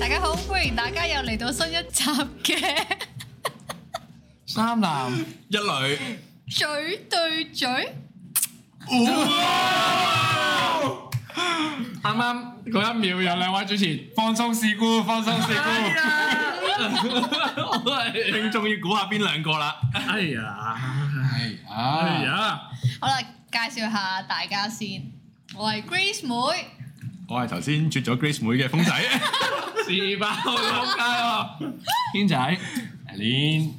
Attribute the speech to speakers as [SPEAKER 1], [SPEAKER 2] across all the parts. [SPEAKER 1] 大家好，歡迎大家又嚟到新一集嘅
[SPEAKER 2] 三男
[SPEAKER 3] 一女，
[SPEAKER 1] 嘴對嘴。
[SPEAKER 2] 啱啱嗰一秒有兩位主持放鬆事故，放鬆事故。
[SPEAKER 3] 聽眾要估下邊兩個啦。
[SPEAKER 2] 哎呀，
[SPEAKER 3] 係
[SPEAKER 2] 哎
[SPEAKER 3] 啊，
[SPEAKER 2] 呀，
[SPEAKER 1] 好啦，介紹下大家先，我係 Grace 妹，
[SPEAKER 3] 我係頭先絕咗 Grace 妹嘅風 仔，
[SPEAKER 2] 事爆撲街喎！軒仔，
[SPEAKER 3] 阿 Lin，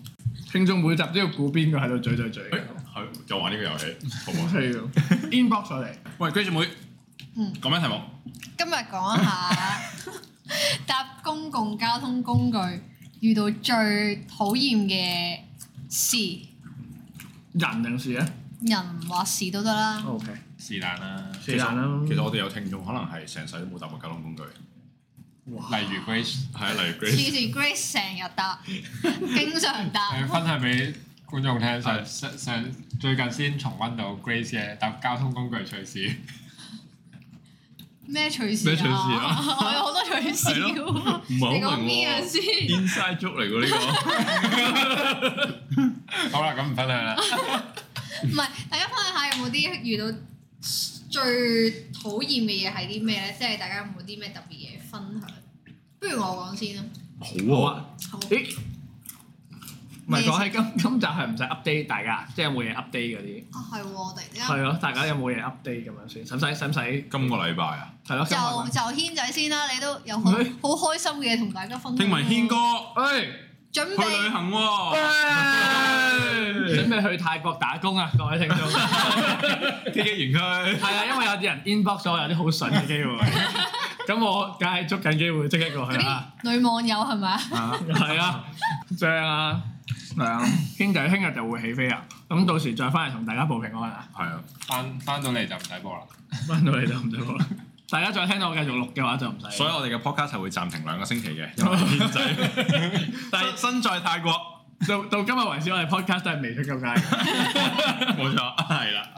[SPEAKER 2] 聽眾每集都要估邊個喺度嘴嘴嘴。
[SPEAKER 3] 係又玩呢個遊戲，好唔
[SPEAKER 2] 好
[SPEAKER 3] 好？
[SPEAKER 2] 需要 inbox 上嚟。
[SPEAKER 3] 喂，Grace 妹，
[SPEAKER 1] 嗯
[SPEAKER 3] 講咩題目？
[SPEAKER 1] 今日講下 搭公共交通工具遇到最討厭嘅事，
[SPEAKER 2] 人定事咧
[SPEAKER 1] 人或事都得啦。
[SPEAKER 2] ？O K，
[SPEAKER 3] 是但啦，
[SPEAKER 2] 是但啦
[SPEAKER 3] 其實我哋有聽眾可能係成世都冇搭過交通工具，例
[SPEAKER 2] 哇
[SPEAKER 3] 如 Grace，係啊，例
[SPEAKER 1] 黐
[SPEAKER 3] 如 Grace。
[SPEAKER 1] 線 Grace 成日 搭，經常搭。
[SPEAKER 3] 啊
[SPEAKER 4] 誒分享俾觀眾聽，上上上最近先重温到 Grace 嘅搭交通工具趣事，
[SPEAKER 1] 咩趣事
[SPEAKER 3] 咩趣事
[SPEAKER 1] 啊
[SPEAKER 3] 啊？
[SPEAKER 1] 我有好多趣事
[SPEAKER 3] 係
[SPEAKER 1] 喎。
[SPEAKER 3] 唔係好
[SPEAKER 1] 你講
[SPEAKER 3] 明
[SPEAKER 1] 邊樣
[SPEAKER 3] 喎
[SPEAKER 1] 先？
[SPEAKER 3] Inside joke 嚟㗎 呢
[SPEAKER 4] 好啦，咁唔分享啦。
[SPEAKER 1] 唔係，大家分享下有冇啲遇到最討厭嘅嘢係啲咩咧？即係大家有冇啲咩特別嘢分享？不如我講先啦。
[SPEAKER 3] 個。
[SPEAKER 2] 好啊。
[SPEAKER 1] 好，
[SPEAKER 2] 咦？唔係講喺今今集係唔使 update 大家，即係有冇嘢 update 嗰啲。
[SPEAKER 1] 啊係喎，我突然之間
[SPEAKER 2] 係咯，大家有冇嘢 update 咁樣先？使唔使使唔使？
[SPEAKER 3] 今個禮拜啊，
[SPEAKER 2] 係咯，今日
[SPEAKER 1] 就
[SPEAKER 2] 問
[SPEAKER 1] 就軒仔先啦，你都有好
[SPEAKER 2] 係
[SPEAKER 1] 好開心嘅嘢同大家分享。
[SPEAKER 3] 聽聞軒哥
[SPEAKER 2] 喂。
[SPEAKER 1] 準
[SPEAKER 3] 去旅
[SPEAKER 1] 備
[SPEAKER 3] 行喎，
[SPEAKER 2] 準 備去泰國打工啊，各位聽眾。係
[SPEAKER 3] 激激完佢。
[SPEAKER 2] 啊，因為有啲人 inbox 咗我有啲好筍嘅機會，咁我梗係捉緊機會即刻過
[SPEAKER 1] 嗰
[SPEAKER 2] 去啦。
[SPEAKER 1] 啲女網友係咪啊？
[SPEAKER 2] 係啊，正啊，係啊，兄弟聽日就會起飛啊！咁到時再翻嚟同大家報平安啊！
[SPEAKER 3] 係啊，
[SPEAKER 4] 翻翻到嚟就唔使 播啦。
[SPEAKER 2] 翻到嚟就唔得啦。大家再聽到我繼續錄嘅話就唔使。
[SPEAKER 3] 所以我哋嘅 podcast 係會暫停兩個星期 嘅，因為軒 仔，但係身在泰國，
[SPEAKER 2] 到到今日為止，我哋 podcast 都係啊未出夠街嘅。
[SPEAKER 3] 冇錯，係啦，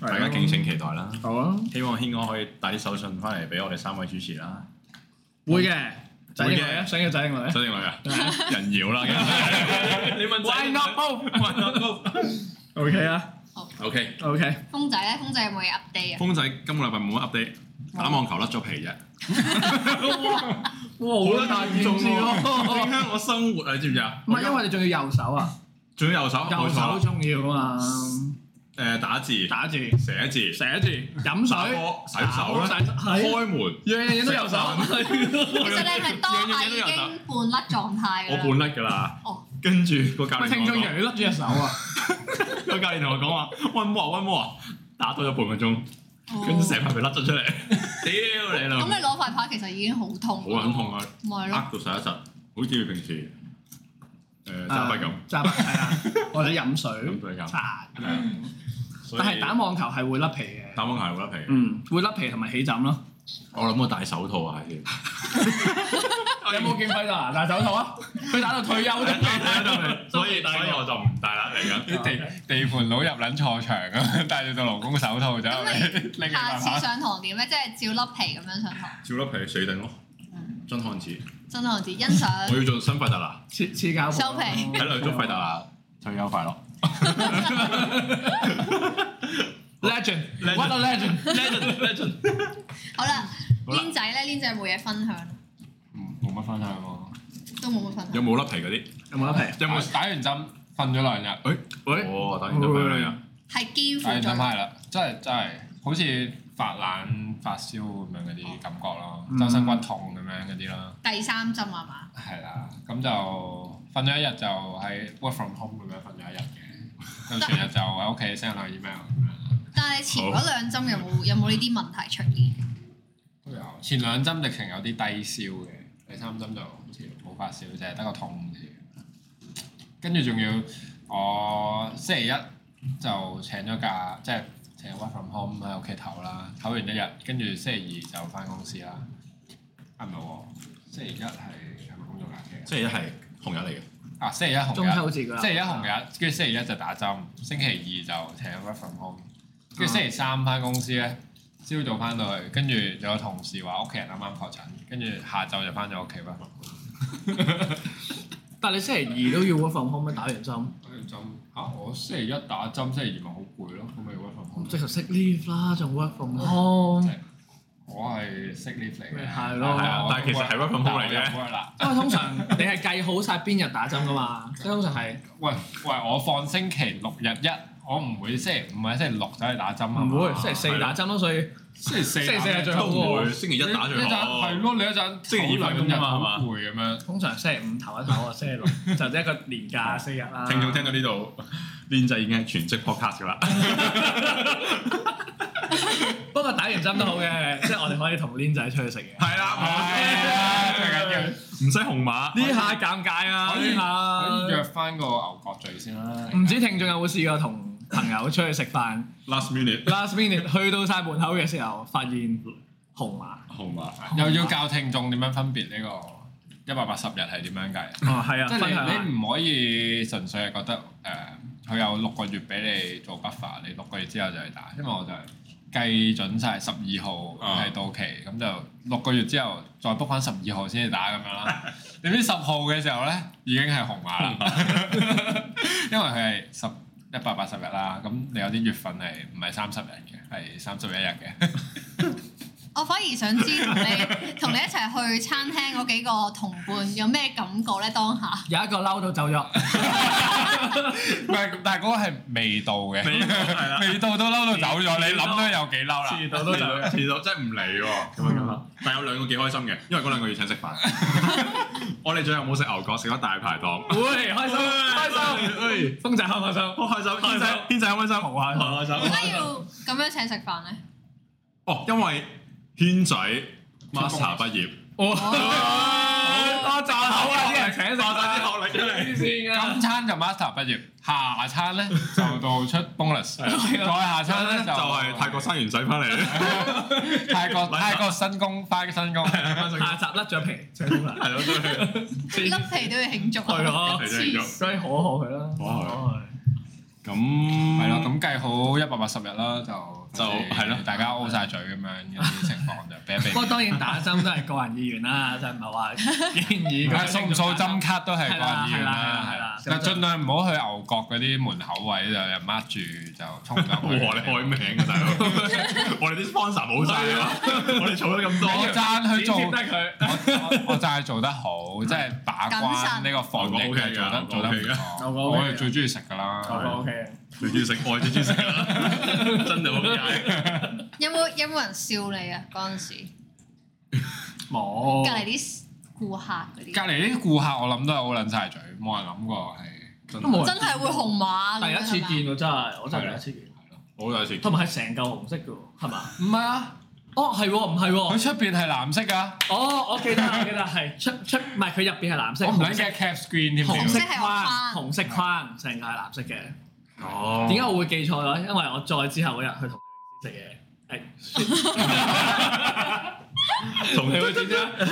[SPEAKER 3] 大家敬請期待啦。
[SPEAKER 2] 好啊，
[SPEAKER 3] 希望軒哥可以帶啲手信翻嚟俾我哋三位主持啦，
[SPEAKER 2] 會嘅，仔
[SPEAKER 3] 會嘅
[SPEAKER 2] 定女啊，想要仔定女啊
[SPEAKER 3] 真定女啊，人妖 啦，你問
[SPEAKER 2] ？Why not both？OK 啊
[SPEAKER 3] O K，
[SPEAKER 2] ，OK。
[SPEAKER 1] 風仔咧，風仔有冇嘢 update 啊？
[SPEAKER 3] 風仔今個禮拜冇乜 update，打網球甩咗皮啫，
[SPEAKER 2] 哇，好大件事
[SPEAKER 3] 影
[SPEAKER 2] 咯！
[SPEAKER 3] 響我生活啊，你知唔知啊？
[SPEAKER 2] 唔係因為你仲要右手啊，
[SPEAKER 3] 仲要右手，
[SPEAKER 2] 右
[SPEAKER 3] 冇
[SPEAKER 2] 手
[SPEAKER 3] 錯，
[SPEAKER 2] 重要啊嘛，
[SPEAKER 3] 誒打字、
[SPEAKER 2] 打字、
[SPEAKER 3] 寫字、
[SPEAKER 2] 寫字、飲
[SPEAKER 3] 打
[SPEAKER 2] 水、
[SPEAKER 3] 波、洗手
[SPEAKER 2] 打波洗手
[SPEAKER 3] 啦、
[SPEAKER 2] 係
[SPEAKER 3] 開門。
[SPEAKER 2] 樣樣嘢都右手。
[SPEAKER 1] 其實你係咪當下
[SPEAKER 3] 樣樣嘢
[SPEAKER 1] 已
[SPEAKER 3] 都有
[SPEAKER 1] 經
[SPEAKER 3] 得
[SPEAKER 1] 半甩狀態㗎
[SPEAKER 3] 我
[SPEAKER 1] 啦？
[SPEAKER 3] 半甩㗎啦，
[SPEAKER 1] 哦，
[SPEAKER 3] 跟住個教
[SPEAKER 2] 喂，
[SPEAKER 3] 練
[SPEAKER 2] 聽
[SPEAKER 3] 同
[SPEAKER 2] 眾
[SPEAKER 3] 我
[SPEAKER 2] 以為
[SPEAKER 3] 講，
[SPEAKER 2] 你甩住隻手啊！
[SPEAKER 3] 個教練同我講話温魔啊温魔啊，打多咗半個鐘，
[SPEAKER 1] 哦
[SPEAKER 3] 跟住成塊皮甩咗 出嚟，屌你
[SPEAKER 1] 咁
[SPEAKER 3] 老母！
[SPEAKER 1] 你攞塊牌其實已經好痛，
[SPEAKER 3] 好撚，痛啊！
[SPEAKER 1] 咪係
[SPEAKER 3] 呃
[SPEAKER 1] 咯。
[SPEAKER 3] 到實一實，好似平時誒揸筆咁，
[SPEAKER 2] 揸筆係 啊，或者飲
[SPEAKER 3] 咁
[SPEAKER 2] 水、嗯
[SPEAKER 3] 佢咁。
[SPEAKER 2] 茶。
[SPEAKER 3] 係啊所以
[SPEAKER 2] 但係打網球係會甩皮嘅，
[SPEAKER 3] 打網球係會甩皮，
[SPEAKER 2] 嗯，會甩皮同埋起枕咯。
[SPEAKER 3] 我諗我戴手套啊，係先。
[SPEAKER 2] 有冇見費達拿戴手套啊？佢打到退休都
[SPEAKER 3] 啊 所以所以我就唔戴啦嚟緊。
[SPEAKER 4] 啲地地盤佬入撚錯場咁，戴住對勞工手套走
[SPEAKER 1] 咁
[SPEAKER 4] 嚟拎起
[SPEAKER 1] 下
[SPEAKER 4] 塊
[SPEAKER 1] 次
[SPEAKER 4] 牌。
[SPEAKER 1] 上堂點咧？即係照粒皮咁樣上堂，
[SPEAKER 3] 照甩皮死定咯，真漢子。
[SPEAKER 1] 真係我自己欣
[SPEAKER 3] 我
[SPEAKER 1] 賞。
[SPEAKER 3] 要做新費達啦，
[SPEAKER 2] 黐黐膠布啊
[SPEAKER 1] 收皮
[SPEAKER 3] 喺度祝費達啦退休快樂。
[SPEAKER 2] Legend，what a legend！
[SPEAKER 3] Legend legend。
[SPEAKER 1] 好啦，
[SPEAKER 3] 好啦
[SPEAKER 1] 僆仔咧，僆仔冇嘢分享，
[SPEAKER 4] 嗯冇乜分享喎。
[SPEAKER 1] 都冇乜分
[SPEAKER 3] 有
[SPEAKER 1] 享。
[SPEAKER 3] 冇甩皮嗰啲？
[SPEAKER 2] 有冇甩皮？啊
[SPEAKER 4] 有冇打完針瞓咗兩日？
[SPEAKER 2] 喂，
[SPEAKER 3] 哦，打完就飛啦。
[SPEAKER 1] 係幾乎
[SPEAKER 4] 打完針
[SPEAKER 1] 咗，
[SPEAKER 4] 係哎啦，真係真係好似發冷發燒咁樣嗰啲感覺咯，
[SPEAKER 2] 嗯
[SPEAKER 4] 周身骨痛咁樣嗰啲啦。
[SPEAKER 1] 第三針啊嘛？
[SPEAKER 4] 係啦，咁就瞓咗一日就喺 work from home 咁樣瞓咗一日嘅，咁全日就喺屋企 send 兩 email 咁樣。
[SPEAKER 1] 但係你前嗰兩針有冇有冇呢啲問題出現？
[SPEAKER 4] 都有前兩針直情有啲低燒嘅，第三針就好似冇發燒，就係得個痛啫。跟住仲要我星期一就請咗假，即係請 work from home 喺屋企唞啦，唞完一日，跟住星期二就翻公司啦。啊唔係喎，星期一係係咪工作假期啊？
[SPEAKER 3] 即係一係紅日嚟嘅。
[SPEAKER 4] 啊，星期一紅
[SPEAKER 2] 中
[SPEAKER 4] 日。
[SPEAKER 2] 秋節㗎啦。
[SPEAKER 4] 星期一紅日，跟住星期一就打針，星期二就請 work from home，跟住星期三翻公司咧朝早翻到去，跟住有個同事話屋企人啱啱確診，跟住下晝就翻咗屋企啦。
[SPEAKER 2] 但係你星期二都要嗰份可唔可以打完針？
[SPEAKER 4] 跟住針嚇，啊我星期一打針，星期二咪好攰咯，咁咪要 work from
[SPEAKER 2] 咁
[SPEAKER 4] home
[SPEAKER 2] 即刻識 leave 啦，仲 work from home。
[SPEAKER 4] 我係識 lift 嚟嘅，
[SPEAKER 2] 係咯
[SPEAKER 3] 但係其實係啊 work from home 嚟嘅
[SPEAKER 4] 嘅。啦，
[SPEAKER 2] 因為通常 你係計好晒邊日打針噶嘛，即係通常係
[SPEAKER 4] 喂喂，我放星期六日一，我唔會星期五或者星期六走去打針啊嘛
[SPEAKER 2] 唔會星期四打哦針咯，所以
[SPEAKER 4] 星期四
[SPEAKER 2] 星期四係最
[SPEAKER 4] 打
[SPEAKER 2] 好喎
[SPEAKER 3] 會星期一哦打最
[SPEAKER 4] 你一陣
[SPEAKER 3] 好
[SPEAKER 4] 係。咯，你一陣
[SPEAKER 3] 星期二
[SPEAKER 4] 討
[SPEAKER 3] 翻
[SPEAKER 4] 論
[SPEAKER 3] 工
[SPEAKER 4] 日
[SPEAKER 3] 㗎嘛係嘛
[SPEAKER 4] 好攰咁樣。
[SPEAKER 2] 通常星期五唞一唞啊，星期 六就即係一個年假四日啦。
[SPEAKER 3] 聽眾聽到呢 度，練仔已經係全職 podcast 噶啦。
[SPEAKER 2] 不過打完針都好嘅， 即係我哋可以同 Lin 仔出去食嘢。
[SPEAKER 3] 係
[SPEAKER 4] 係啊最緊要
[SPEAKER 3] 唔使紅馬。
[SPEAKER 2] 呢下尷尬啊！
[SPEAKER 4] 可以可以
[SPEAKER 2] 呢
[SPEAKER 4] 約翻個牛角聚先啦
[SPEAKER 2] 下。唔知聽眾有冇試過同朋友出去食飯
[SPEAKER 3] Last minute
[SPEAKER 2] ，last minute 去到晒門口嘅時候，發現紅碼。
[SPEAKER 3] 紅馬，
[SPEAKER 4] 又要教聽眾點樣分別呢個一百八十日係點樣計？
[SPEAKER 2] 哦，係啊，
[SPEAKER 4] 即
[SPEAKER 2] 分
[SPEAKER 4] 係
[SPEAKER 2] 享下
[SPEAKER 4] 你你唔可以純粹係覺得誒，佢、有六個月俾你做 buffer，你六個月之後就去打，因為我就係計準晒十二號
[SPEAKER 3] 啊
[SPEAKER 4] 係到期，咁、就六個月之後再 book 翻十二號先至打咁樣 啦。點知十號嘅時候咧已經係紅馬 啦，因為佢係十一百八十日啦，咁你有啲月份係唔係三十日嘅，係三十一日 嘅。
[SPEAKER 1] 我反而想知同你同你一齊去餐廳嗰幾個同伴有咩感覺咧？當下
[SPEAKER 2] 有一個嬲到走咗，
[SPEAKER 4] 唔係，但係嗰個係未到嘅，
[SPEAKER 3] 係啦，
[SPEAKER 4] 未到都嬲到走咗，你諗都有幾嬲啦。
[SPEAKER 2] 遲到都走咗。
[SPEAKER 3] 遲到真係唔理喎，咁樣咁 啦。但有兩個幾開心嘅，因為嗰兩個月請食飯。我哋最後冇食牛角，食咗大排檔。
[SPEAKER 2] 喂，開心 開心，
[SPEAKER 3] 喂，
[SPEAKER 2] 風仔開唔開心？
[SPEAKER 3] 好開心，
[SPEAKER 2] 開
[SPEAKER 3] 軒
[SPEAKER 2] 心
[SPEAKER 3] 仔，軒仔開唔開心？
[SPEAKER 2] 好開心
[SPEAKER 3] 好開
[SPEAKER 1] 點
[SPEAKER 3] 心。
[SPEAKER 1] 解要咁樣請食飯咧？
[SPEAKER 3] 哦，因為軒仔 master 畢業，
[SPEAKER 2] 多謝口啊！啲人請食飯
[SPEAKER 3] 啲學歷出嚟。
[SPEAKER 2] 黐線
[SPEAKER 4] 今
[SPEAKER 2] 啊！
[SPEAKER 4] 餐就 master 畢業，下餐咧就到出 bonus，再下餐咧
[SPEAKER 3] 就
[SPEAKER 4] 就
[SPEAKER 3] 係泰國生完仔翻嚟，
[SPEAKER 4] 泰國泰國新工翻新工，
[SPEAKER 2] 下集甩咗皮，請食飯
[SPEAKER 3] 係咯，真係
[SPEAKER 1] 粒
[SPEAKER 2] 黐
[SPEAKER 1] 皮都要慶祝
[SPEAKER 2] 係
[SPEAKER 1] 啊！
[SPEAKER 2] 咯
[SPEAKER 3] 係，真係
[SPEAKER 2] 所以可賀佢啦，
[SPEAKER 3] 可賀佢
[SPEAKER 2] 賀佢。
[SPEAKER 3] 咁
[SPEAKER 4] 係
[SPEAKER 3] 係
[SPEAKER 4] 咯，咁計好一百八十日啦，就
[SPEAKER 3] 就係咯
[SPEAKER 4] 大家 O 晒嘴咁樣有啲情況就俾一俾
[SPEAKER 2] 不。過當然打針都係個人意願啦，就唔係話建議
[SPEAKER 4] 係
[SPEAKER 2] 佢
[SPEAKER 4] 掃唔掃針卡都係個人意願啦，
[SPEAKER 2] 係啦係啦係啦
[SPEAKER 4] 就盡量唔好去牛角嗰啲門口位就有 mark 住就衝咗
[SPEAKER 3] 哇！
[SPEAKER 4] 去。
[SPEAKER 3] 你開名啊，大佬！我哋啲 sponsor 冇晒啦，我哋儲咗咁
[SPEAKER 4] 我
[SPEAKER 3] 多，
[SPEAKER 4] 贊佢做
[SPEAKER 2] 剪。得佢。
[SPEAKER 4] 我我我就係做得好，即係把關呢個防疫係做得做得唔錯。我係最中意食噶啦，
[SPEAKER 2] 我覺得 OK 嘅，
[SPEAKER 3] 最中意食，我係最中意食啦，真係好解。
[SPEAKER 1] 有冇有冇人笑你啊？嗰陣時隔離
[SPEAKER 2] 冇
[SPEAKER 1] 啲顧客嗰
[SPEAKER 4] 隔
[SPEAKER 1] 啲
[SPEAKER 4] 離啲顧客我諗都係好撚晒嘴，冇人諗過係真
[SPEAKER 2] 都冇人
[SPEAKER 1] 真係會紅馬
[SPEAKER 2] 第
[SPEAKER 1] 咁樣
[SPEAKER 2] 一次
[SPEAKER 1] 係嘛
[SPEAKER 2] 見喎，真係我真係第一次見，
[SPEAKER 3] 好有時
[SPEAKER 2] 同埋係成嚿紅色嘅喎，係嘛？
[SPEAKER 4] 唔係啊，
[SPEAKER 2] 哦，係喎，唔係喎
[SPEAKER 4] 佢，出邊係藍色㗎，
[SPEAKER 2] 哦，我記得我記得係出出，唔係佢入邊係藍色，
[SPEAKER 4] 我唔
[SPEAKER 2] 紅
[SPEAKER 4] 撚
[SPEAKER 2] 色
[SPEAKER 4] 嘅 cap screen 添。
[SPEAKER 2] 紅
[SPEAKER 1] 紅色
[SPEAKER 2] 色
[SPEAKER 1] 係
[SPEAKER 2] 框，
[SPEAKER 1] 我
[SPEAKER 2] 紅色框，成個係藍色嘅。
[SPEAKER 3] 哦
[SPEAKER 2] 點解我會記錯咗？因為我再之後嗰日去同食
[SPEAKER 4] 哦
[SPEAKER 2] 嘢，係
[SPEAKER 3] 同
[SPEAKER 2] 你會點啫？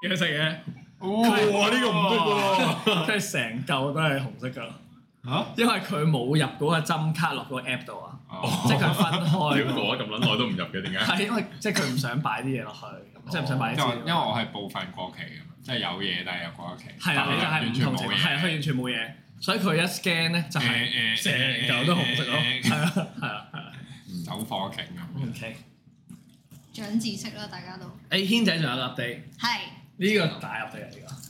[SPEAKER 2] 去食嘢，哦
[SPEAKER 3] 哇！呢個唔得
[SPEAKER 2] 即係成嚿都係紅色㗎，
[SPEAKER 3] 喎嚇，
[SPEAKER 2] 因為佢冇入嗰個針卡落嗰個 app 度啊，即
[SPEAKER 4] 哦
[SPEAKER 3] 即
[SPEAKER 2] 係佢分開
[SPEAKER 3] 屌
[SPEAKER 2] 㗎。
[SPEAKER 3] 我咁撚耐都唔入嘅，點解？
[SPEAKER 2] 係因為即係佢唔想擺啲嘢落去，咁即係唔想擺啲
[SPEAKER 4] 哦因為
[SPEAKER 2] 資
[SPEAKER 4] 因為
[SPEAKER 2] 料。
[SPEAKER 4] 我係部分過期㗎嘛，即係有嘢但係又過期，
[SPEAKER 2] 係啦，你
[SPEAKER 4] 完
[SPEAKER 2] 就係
[SPEAKER 4] 全
[SPEAKER 2] 唔同
[SPEAKER 4] 冇
[SPEAKER 2] 情況，係啊，佢
[SPEAKER 4] 嘢。
[SPEAKER 2] 完全冇嘢，所以佢一 scan 咧就係成嚿都紅色咯，係啊，係啊，係啊
[SPEAKER 4] 走火警咁。
[SPEAKER 2] ，OK。
[SPEAKER 1] 長知識啦，大家都
[SPEAKER 2] 誒軒仔仲有個 update，
[SPEAKER 1] 係
[SPEAKER 2] 呢個大 update 嚟㗎。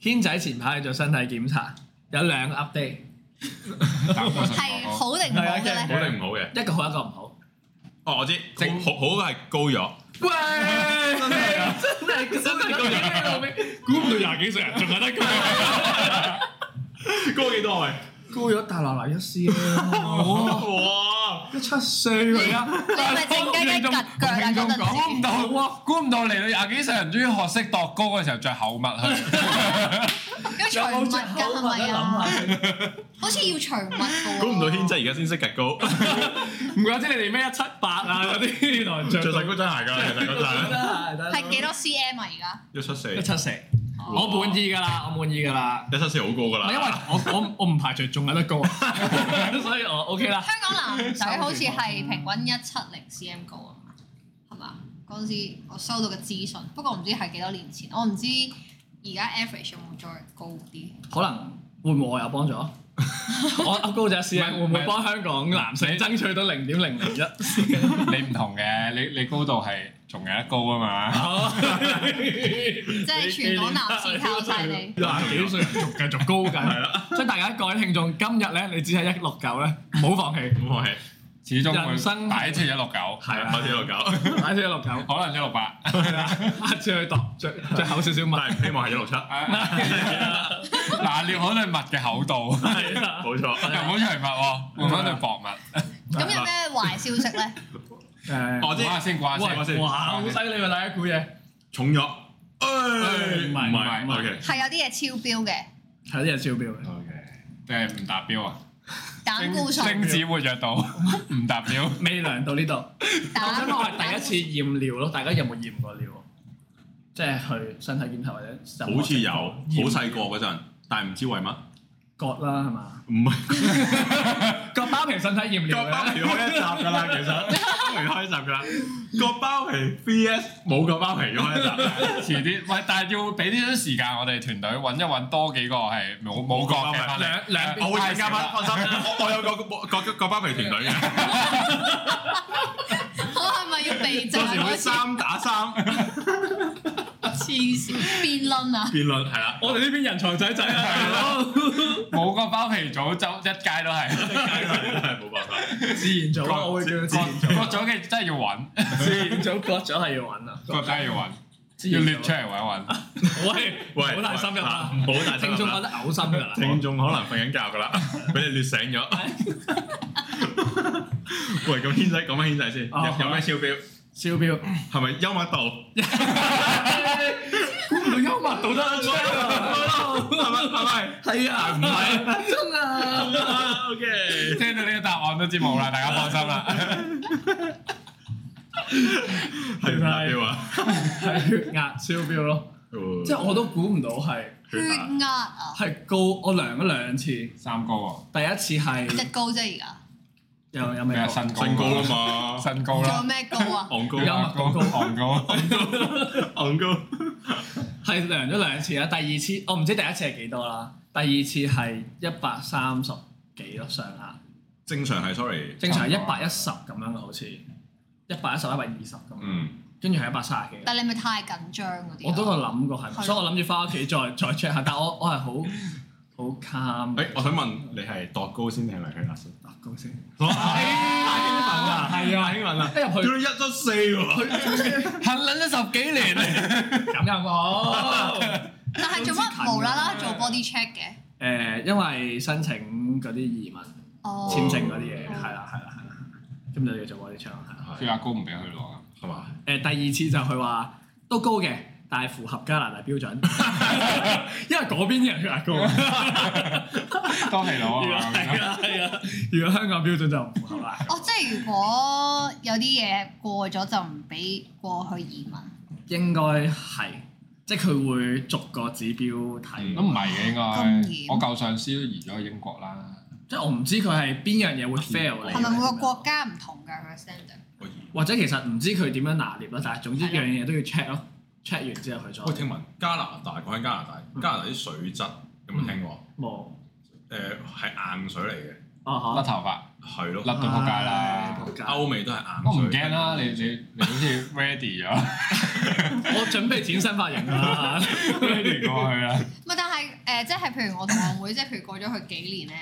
[SPEAKER 2] 軒仔前排去做身體檢查，有兩個 update，嗯
[SPEAKER 1] 係好定唔好嘅
[SPEAKER 2] 係啊
[SPEAKER 1] 咧？
[SPEAKER 3] 好定唔好嘅？
[SPEAKER 2] 一個好一個唔好。
[SPEAKER 3] 哦，我知，
[SPEAKER 4] 正
[SPEAKER 3] 好好嘅係高咗，
[SPEAKER 2] 喂，真係啊，真係真係咁樣老味
[SPEAKER 3] 估唔到廿幾歲人仲有得高，高幾多位？
[SPEAKER 2] 高咗大落嚟一絲 啦，
[SPEAKER 3] 哇！
[SPEAKER 2] 一七四佢啊，
[SPEAKER 1] 你係咪靜雞 雞趌腳啊？嗰
[SPEAKER 4] 估
[SPEAKER 1] 陣
[SPEAKER 4] 唔
[SPEAKER 1] 時
[SPEAKER 4] 到喎，估唔到嚟到廿幾歲人終於學識度高嘅時候着厚襪去。
[SPEAKER 1] 要除
[SPEAKER 2] 有
[SPEAKER 1] 襪
[SPEAKER 2] 冇着
[SPEAKER 1] 㗎係
[SPEAKER 2] 口啊
[SPEAKER 1] 咪啊？
[SPEAKER 2] 諗下，
[SPEAKER 1] 好似要除襪㗎喎。
[SPEAKER 3] 估唔到軒仔而家先識趌高，
[SPEAKER 2] 唔怪之你哋咩一七八啊嗰啲，原來
[SPEAKER 3] 着
[SPEAKER 2] 着
[SPEAKER 3] 晒高踭鞋㗎，其實嗰陣
[SPEAKER 2] 係
[SPEAKER 1] 係幾多 cm 啊？而家
[SPEAKER 3] 一七四
[SPEAKER 2] 一。七四，我滿意㗎啦，我滿意㗎啦。
[SPEAKER 3] 一七四好過㗎
[SPEAKER 2] 唔
[SPEAKER 3] 啦。
[SPEAKER 2] 係因為我我我唔排除仲有得 高，啊所以我 OK 啦。
[SPEAKER 1] 香港男仔好似係平均一七零 cm 高啊嘛，係嘛？嗰陣時我收到嘅資訊，不過唔知係幾多年前，我唔知而家 average 有冇再高啲。
[SPEAKER 2] 可能會唔會我有 幫助？我我高咗一
[SPEAKER 4] 唔
[SPEAKER 2] C
[SPEAKER 4] 係
[SPEAKER 2] 會唔會幫香港男性爭取到零點零零一？
[SPEAKER 4] 你唔同嘅，你你高度係仲有得高啊嘛。
[SPEAKER 2] 好
[SPEAKER 1] 即係全港男士靠晒 你。
[SPEAKER 2] 廿幾歲仲繼續高緊，
[SPEAKER 3] 係啦，
[SPEAKER 2] 所以大家各位聽眾，今日咧你只係一六九咧，唔好放棄，
[SPEAKER 3] 咁我係
[SPEAKER 4] 始終
[SPEAKER 2] 人生
[SPEAKER 4] 會擺出一六九，
[SPEAKER 2] 係啊
[SPEAKER 3] 開始喺度搞，
[SPEAKER 2] 擺住一六九，
[SPEAKER 4] 可能一六八。
[SPEAKER 2] 係啦，下次去度最最厚少少
[SPEAKER 3] 但
[SPEAKER 2] 問，
[SPEAKER 3] 係希望係一六七，
[SPEAKER 4] À, 嗱，料好對襪嘅厚度，
[SPEAKER 2] 係啦，
[SPEAKER 3] 冇錯。
[SPEAKER 4] 又唔好長襪喎，換翻對薄襪。
[SPEAKER 1] 咁有咩壞消息 咧？
[SPEAKER 2] 誒，
[SPEAKER 3] 我知
[SPEAKER 4] 掛下先，掛下先。
[SPEAKER 2] 哇哇，好犀利喎！大家估嘢
[SPEAKER 3] 重咗，誒
[SPEAKER 2] 誒唔係唔係
[SPEAKER 3] ，OK，
[SPEAKER 1] 係有啲嘢超標嘅，
[SPEAKER 2] 係呢隻超標嘅。
[SPEAKER 4] O K，即係唔達標啊！
[SPEAKER 1] 膽固
[SPEAKER 4] 精
[SPEAKER 1] 醇、
[SPEAKER 4] 子活躍 到唔達標。
[SPEAKER 2] 未量到呢度，我想
[SPEAKER 1] 膽
[SPEAKER 2] 講係第一次驗尿咯，大家有冇驗過尿？即係去身體檢查或者
[SPEAKER 3] 好似有，好
[SPEAKER 2] 細
[SPEAKER 3] 細個嗰陣，但係唔知為乜，
[SPEAKER 2] 割啦係嘛？
[SPEAKER 3] 唔係
[SPEAKER 2] 割包皮身體驗尿
[SPEAKER 3] 割包皮
[SPEAKER 2] 嘅，
[SPEAKER 3] 開一集㗎 啦，其實割包皮開一集㗎啦，割包皮 VS 冇割包皮開一集，
[SPEAKER 4] 遲啲，喂，但係要俾啲時間我哋團隊揾一揾多幾個係冇冇角嘅翻嚟
[SPEAKER 2] 兩兩邊
[SPEAKER 4] 誒
[SPEAKER 3] 我會
[SPEAKER 4] 太
[SPEAKER 3] 參
[SPEAKER 4] 少
[SPEAKER 3] 加翻，
[SPEAKER 4] 啦
[SPEAKER 3] 放心， 我我有個割割割包皮團隊嘅，
[SPEAKER 1] 我係咪要避震
[SPEAKER 3] 到時
[SPEAKER 1] 嗰
[SPEAKER 3] 會
[SPEAKER 1] 次
[SPEAKER 3] 三打三
[SPEAKER 1] 黐線辯論啊？
[SPEAKER 3] 辯論，係啦，
[SPEAKER 2] 我哋呢邊人才仔仔啊，大佬
[SPEAKER 4] 冇個包皮組就一街都係。
[SPEAKER 3] 真係冇辦法，
[SPEAKER 2] 自然組啊，我會叫佢自然組，
[SPEAKER 4] 割咗嘅真係要揾，
[SPEAKER 2] 自然組割咗係要揾啊，
[SPEAKER 4] 割真係要揾，
[SPEAKER 2] 自
[SPEAKER 4] 要
[SPEAKER 2] 然組
[SPEAKER 4] 列出嚟揾一揾。
[SPEAKER 2] 喂
[SPEAKER 3] 喂
[SPEAKER 2] 好大深入啊，
[SPEAKER 3] 好大深
[SPEAKER 2] 聽
[SPEAKER 3] 入
[SPEAKER 2] 眾覺
[SPEAKER 3] 啦，
[SPEAKER 2] 得嘔心㗎啦，
[SPEAKER 3] 聽眾可能瞓緊覺㗎啦，俾你掠醒咗。喂，咁軒仔講翻軒仔先，有
[SPEAKER 2] 哦
[SPEAKER 3] 有咩超標？
[SPEAKER 2] 超標，
[SPEAKER 3] 係咪幽默度？
[SPEAKER 2] 哎估唔到幽默到得出
[SPEAKER 3] 係咪係咪？
[SPEAKER 2] 係啊，唔係真啊。
[SPEAKER 3] 啊，OK，
[SPEAKER 4] 聽到呢個答案都知冇啦，大家放心啦。
[SPEAKER 3] 係唔達標啊？
[SPEAKER 2] 係血壓超標咯，即係我都估唔到係
[SPEAKER 1] 血壓啊，
[SPEAKER 2] 係高，我量咗兩次，第
[SPEAKER 4] 三高喎，
[SPEAKER 2] 一次
[SPEAKER 1] 一
[SPEAKER 2] 係
[SPEAKER 1] 高啫而家，
[SPEAKER 2] 又有
[SPEAKER 4] 咩
[SPEAKER 2] 咩
[SPEAKER 4] 啊？身高，
[SPEAKER 3] 身高啦，嘛，
[SPEAKER 4] 身高
[SPEAKER 1] 仲有
[SPEAKER 4] 啦，
[SPEAKER 1] 咩高啊？
[SPEAKER 3] 昂高
[SPEAKER 2] 有
[SPEAKER 4] 啊
[SPEAKER 2] 幽默
[SPEAKER 4] 昂高，
[SPEAKER 3] 昂高，
[SPEAKER 2] 係量咗兩次啦，第二次我唔知第一次係幾多啦，第二次係一百三十幾咯上下，
[SPEAKER 3] 正常係 sorry，
[SPEAKER 2] 正常係一百一十咁樣嘅好似，一百一十一百二十咁，
[SPEAKER 3] 嗯，
[SPEAKER 2] 跟住係一百三十幾。
[SPEAKER 1] 但係你咪太緊張嗰啲啊。
[SPEAKER 2] 我都有諗過係咪，
[SPEAKER 1] 係
[SPEAKER 2] 所以我諗住翻屋企再再 check 下，但我我係好好 calm 啊
[SPEAKER 3] 誒，我想問你係度高先定係量血壓先？
[SPEAKER 2] 嗱高先，
[SPEAKER 3] 哇，太興奮啦，係啊，興奮啦，
[SPEAKER 2] 一
[SPEAKER 3] 屌
[SPEAKER 2] 入去
[SPEAKER 3] 你一咗四喎，
[SPEAKER 4] 行撚咗十幾年，
[SPEAKER 2] 咁又冇。
[SPEAKER 1] 但係做乜無啦啦做 body check 嘅？
[SPEAKER 2] 誒、因為申請嗰啲移民
[SPEAKER 1] 哦，
[SPEAKER 2] 簽證啊嗰啲嘢，
[SPEAKER 1] 哦
[SPEAKER 2] 係啦，係啦，係啦，咁就要做 body check 啦。係啦
[SPEAKER 4] 血壓高唔俾佢攞啊！
[SPEAKER 3] 係嘛？
[SPEAKER 2] 誒、第二次就佢話都高嘅，但係符合加拿大標 準，因為嗰邊啲人血 壓高。
[SPEAKER 4] 都係攞
[SPEAKER 2] 如果
[SPEAKER 4] 啊嘛！
[SPEAKER 2] 係啊係啊，如果香港標準就唔符合啦。
[SPEAKER 1] 哦，即係如果有啲嘢過咗就唔俾過去移民。
[SPEAKER 2] 應該係，即係佢會逐個指標睇。
[SPEAKER 4] 都唔係嘅
[SPEAKER 1] 咁
[SPEAKER 4] 應
[SPEAKER 1] 嚴
[SPEAKER 4] 該，我舊上司都移咗去英國啦。
[SPEAKER 2] 即係我唔知佢係邊樣嘢會 fail 你。
[SPEAKER 1] 係咪每個國？家唔同㗎佢嘅 standard？
[SPEAKER 3] 我
[SPEAKER 2] 或者其實唔知佢點樣拿捏啦，但係總之樣嘢都要 check 咯，check 完之後佢
[SPEAKER 3] 喂，
[SPEAKER 2] 再
[SPEAKER 3] 聽聞加拿大講緊加拿大，加拿大啲水質有冇聽過？
[SPEAKER 2] 冇。
[SPEAKER 3] 誒，係硬水嚟
[SPEAKER 2] 啊
[SPEAKER 4] 甩
[SPEAKER 2] 哈！
[SPEAKER 4] 頭髮，
[SPEAKER 3] 嘅，係咯
[SPEAKER 4] 甩。到仆街啦！
[SPEAKER 2] 啊唉仆街
[SPEAKER 3] 歐美都係硬水，
[SPEAKER 4] 我唔驚啦，你你你好似 ready 咗
[SPEAKER 2] 我準備剪新髮型啦，
[SPEAKER 4] ，ready 過去啦。
[SPEAKER 1] 唔係，但係誒、即係譬如我同我妹，即係譬如過咗去幾年咧，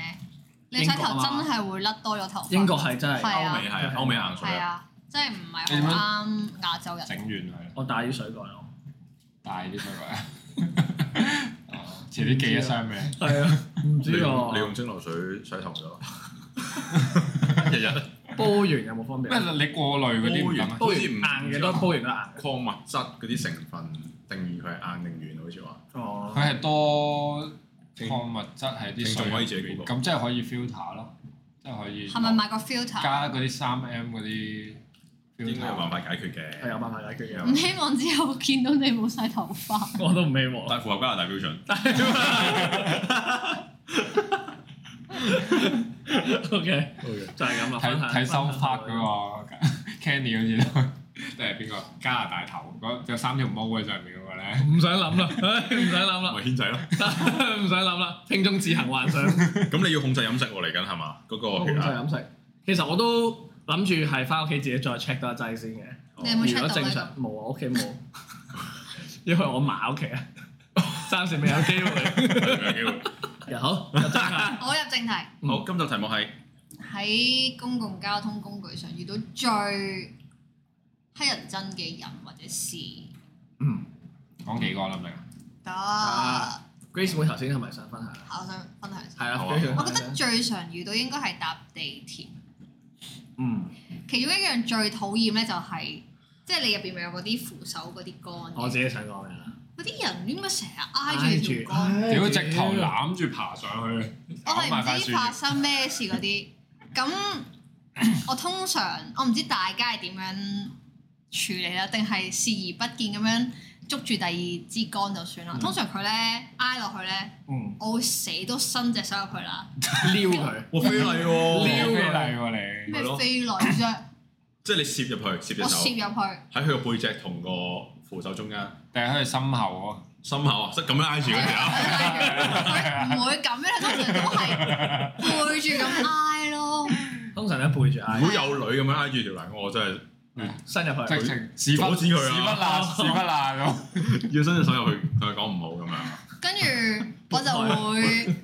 [SPEAKER 1] 你洗
[SPEAKER 2] 英國啊
[SPEAKER 1] 頭真
[SPEAKER 2] 嘛
[SPEAKER 1] 係會甩多咗頭髮。
[SPEAKER 2] 英國係真係，
[SPEAKER 1] 係
[SPEAKER 3] 歐
[SPEAKER 1] 啊
[SPEAKER 3] 美係歐美硬水
[SPEAKER 1] 係
[SPEAKER 3] 啊，
[SPEAKER 1] 啊，即係唔
[SPEAKER 4] 你
[SPEAKER 1] 係
[SPEAKER 4] 點樣
[SPEAKER 1] 好啱亞洲人。
[SPEAKER 4] 整完佢啦，
[SPEAKER 2] 我帶啲水過嚟咯。
[SPEAKER 4] 大啲出嚟。 哦遲啲寄一箱俾你。
[SPEAKER 2] 係啊，唔
[SPEAKER 3] 你
[SPEAKER 2] 知
[SPEAKER 3] 用你
[SPEAKER 2] 喎。
[SPEAKER 3] 用蒸餾水洗頭咗，日日
[SPEAKER 2] 煲完有冇分別啊？
[SPEAKER 4] 咩？你過濾嗰啲唔啊得咩？
[SPEAKER 2] 煲
[SPEAKER 3] 好
[SPEAKER 2] 完
[SPEAKER 3] 似唔啊
[SPEAKER 2] 硬嘅都煲完都硬嘅。
[SPEAKER 3] 礦物質嗰啲成分定義佢係硬定軟，好似話
[SPEAKER 2] 哦，
[SPEAKER 4] 佢係多礦物質喺啲
[SPEAKER 3] 聽眾
[SPEAKER 4] 水
[SPEAKER 3] 可以自己
[SPEAKER 4] 入邊
[SPEAKER 3] Google
[SPEAKER 4] 咁即係可以 filter 咯，即係可以
[SPEAKER 1] 啊係咪買個 filter？
[SPEAKER 4] 加嗰啲三 M 嗰啲
[SPEAKER 3] 應該有辦法解決嘅。
[SPEAKER 2] 係有啊辦法解決
[SPEAKER 1] 唔
[SPEAKER 2] 嘅，
[SPEAKER 1] 希望之後見到你冇晒頭髮。
[SPEAKER 2] 我都唔希望。
[SPEAKER 3] 但符合加拿大標準，
[SPEAKER 2] O K，就係咁
[SPEAKER 4] 睇
[SPEAKER 2] 啊，分享
[SPEAKER 4] 睇收拍嗰
[SPEAKER 2] 分享
[SPEAKER 4] 個 Candy 好似都定係邊個加拿大頭嗰有三條毛喺上面嗰個咧，
[SPEAKER 2] 唔想諗啦，唉唔想諗啦，
[SPEAKER 3] 咪軒仔咯。
[SPEAKER 2] 唔想諗啦，聽眾自行幻想。
[SPEAKER 3] 咁你要控制飲食喎，嚟緊係嘛？嗰
[SPEAKER 2] 我
[SPEAKER 3] 個
[SPEAKER 2] 控
[SPEAKER 3] 血
[SPEAKER 2] 制啊
[SPEAKER 3] 壓
[SPEAKER 2] 飲食，其實我都諗住係翻屋企自己再 check 多一劑先嘅。
[SPEAKER 1] 你有冇
[SPEAKER 2] 如
[SPEAKER 1] check
[SPEAKER 2] 果
[SPEAKER 1] 到
[SPEAKER 2] 正
[SPEAKER 1] 呢
[SPEAKER 2] 常冇啊，屋企冇， 因為我嫲屋企啊， 暫時未有機會。
[SPEAKER 3] 有機會。
[SPEAKER 1] 啊
[SPEAKER 2] 又 好，又真係
[SPEAKER 1] 個？好入正題，
[SPEAKER 3] 好，今集題目係
[SPEAKER 1] 喺公共交通工具上遇到最乞人憎嘅人或者事，
[SPEAKER 2] 嗯
[SPEAKER 4] 講幾個啦明？
[SPEAKER 1] 得
[SPEAKER 2] 啊，Grace 妹頭先係咪想分享？
[SPEAKER 1] 我想分享先。
[SPEAKER 2] 係啊
[SPEAKER 3] 好啊
[SPEAKER 2] ，Grace 妹
[SPEAKER 1] 我覺
[SPEAKER 2] 分享
[SPEAKER 1] 得
[SPEAKER 2] 先
[SPEAKER 1] 最常遇到應該係搭地鐵，
[SPEAKER 2] 嗯，
[SPEAKER 1] 其中一樣最討厭咧就係、即係你入邊咪有嗰啲扶手嗰啲杆
[SPEAKER 2] 我
[SPEAKER 1] 嘅，
[SPEAKER 2] 自己想講嘅啊啦。
[SPEAKER 1] 嗰啲人點解成日挨住條杆？
[SPEAKER 3] 哎
[SPEAKER 2] 唉
[SPEAKER 4] 屌直頭攬住爬上去，
[SPEAKER 1] 我
[SPEAKER 4] 攬埋
[SPEAKER 1] 係唔
[SPEAKER 4] 塊樹
[SPEAKER 1] 知
[SPEAKER 4] 葉
[SPEAKER 1] 發生咩事嗰啲。咁我通常我唔知大家係點樣處理啦，定係視而不見咁樣捉住第二支杆就算啦。
[SPEAKER 2] 嗯
[SPEAKER 1] 通常佢咧挨落去咧，
[SPEAKER 2] 嗯，
[SPEAKER 1] 我會死都伸隻手入去啦。
[SPEAKER 2] 撩佢，
[SPEAKER 3] 我非禮喎，
[SPEAKER 2] 撩
[SPEAKER 4] 飛
[SPEAKER 2] 佢
[SPEAKER 4] 嚟喎你
[SPEAKER 1] 咩
[SPEAKER 3] 係咯
[SPEAKER 1] 飛女啫？
[SPEAKER 3] 即係你攝入去，攝隻
[SPEAKER 1] 我
[SPEAKER 3] 手
[SPEAKER 1] 攝入去，
[SPEAKER 3] 喺佢個背脊同個扶手中間，
[SPEAKER 4] 定係喺佢心口啊？
[SPEAKER 3] 心口啊，即係咁樣挨住佢 啊。
[SPEAKER 1] 佢唔會咁樣，通常都係背住咁挨咯。
[SPEAKER 2] 通常咧背住
[SPEAKER 3] 如
[SPEAKER 2] 嗌，
[SPEAKER 3] 果有女咁樣哎挨住條欄，我真係〜
[SPEAKER 2] 伸 入去，
[SPEAKER 4] 直情屎忽
[SPEAKER 3] 阻止佢啊
[SPEAKER 4] 屎忽爛，屎忽爛咁。
[SPEAKER 3] 要伸隻手入去，同佢講唔好咁樣，
[SPEAKER 1] 跟住我就會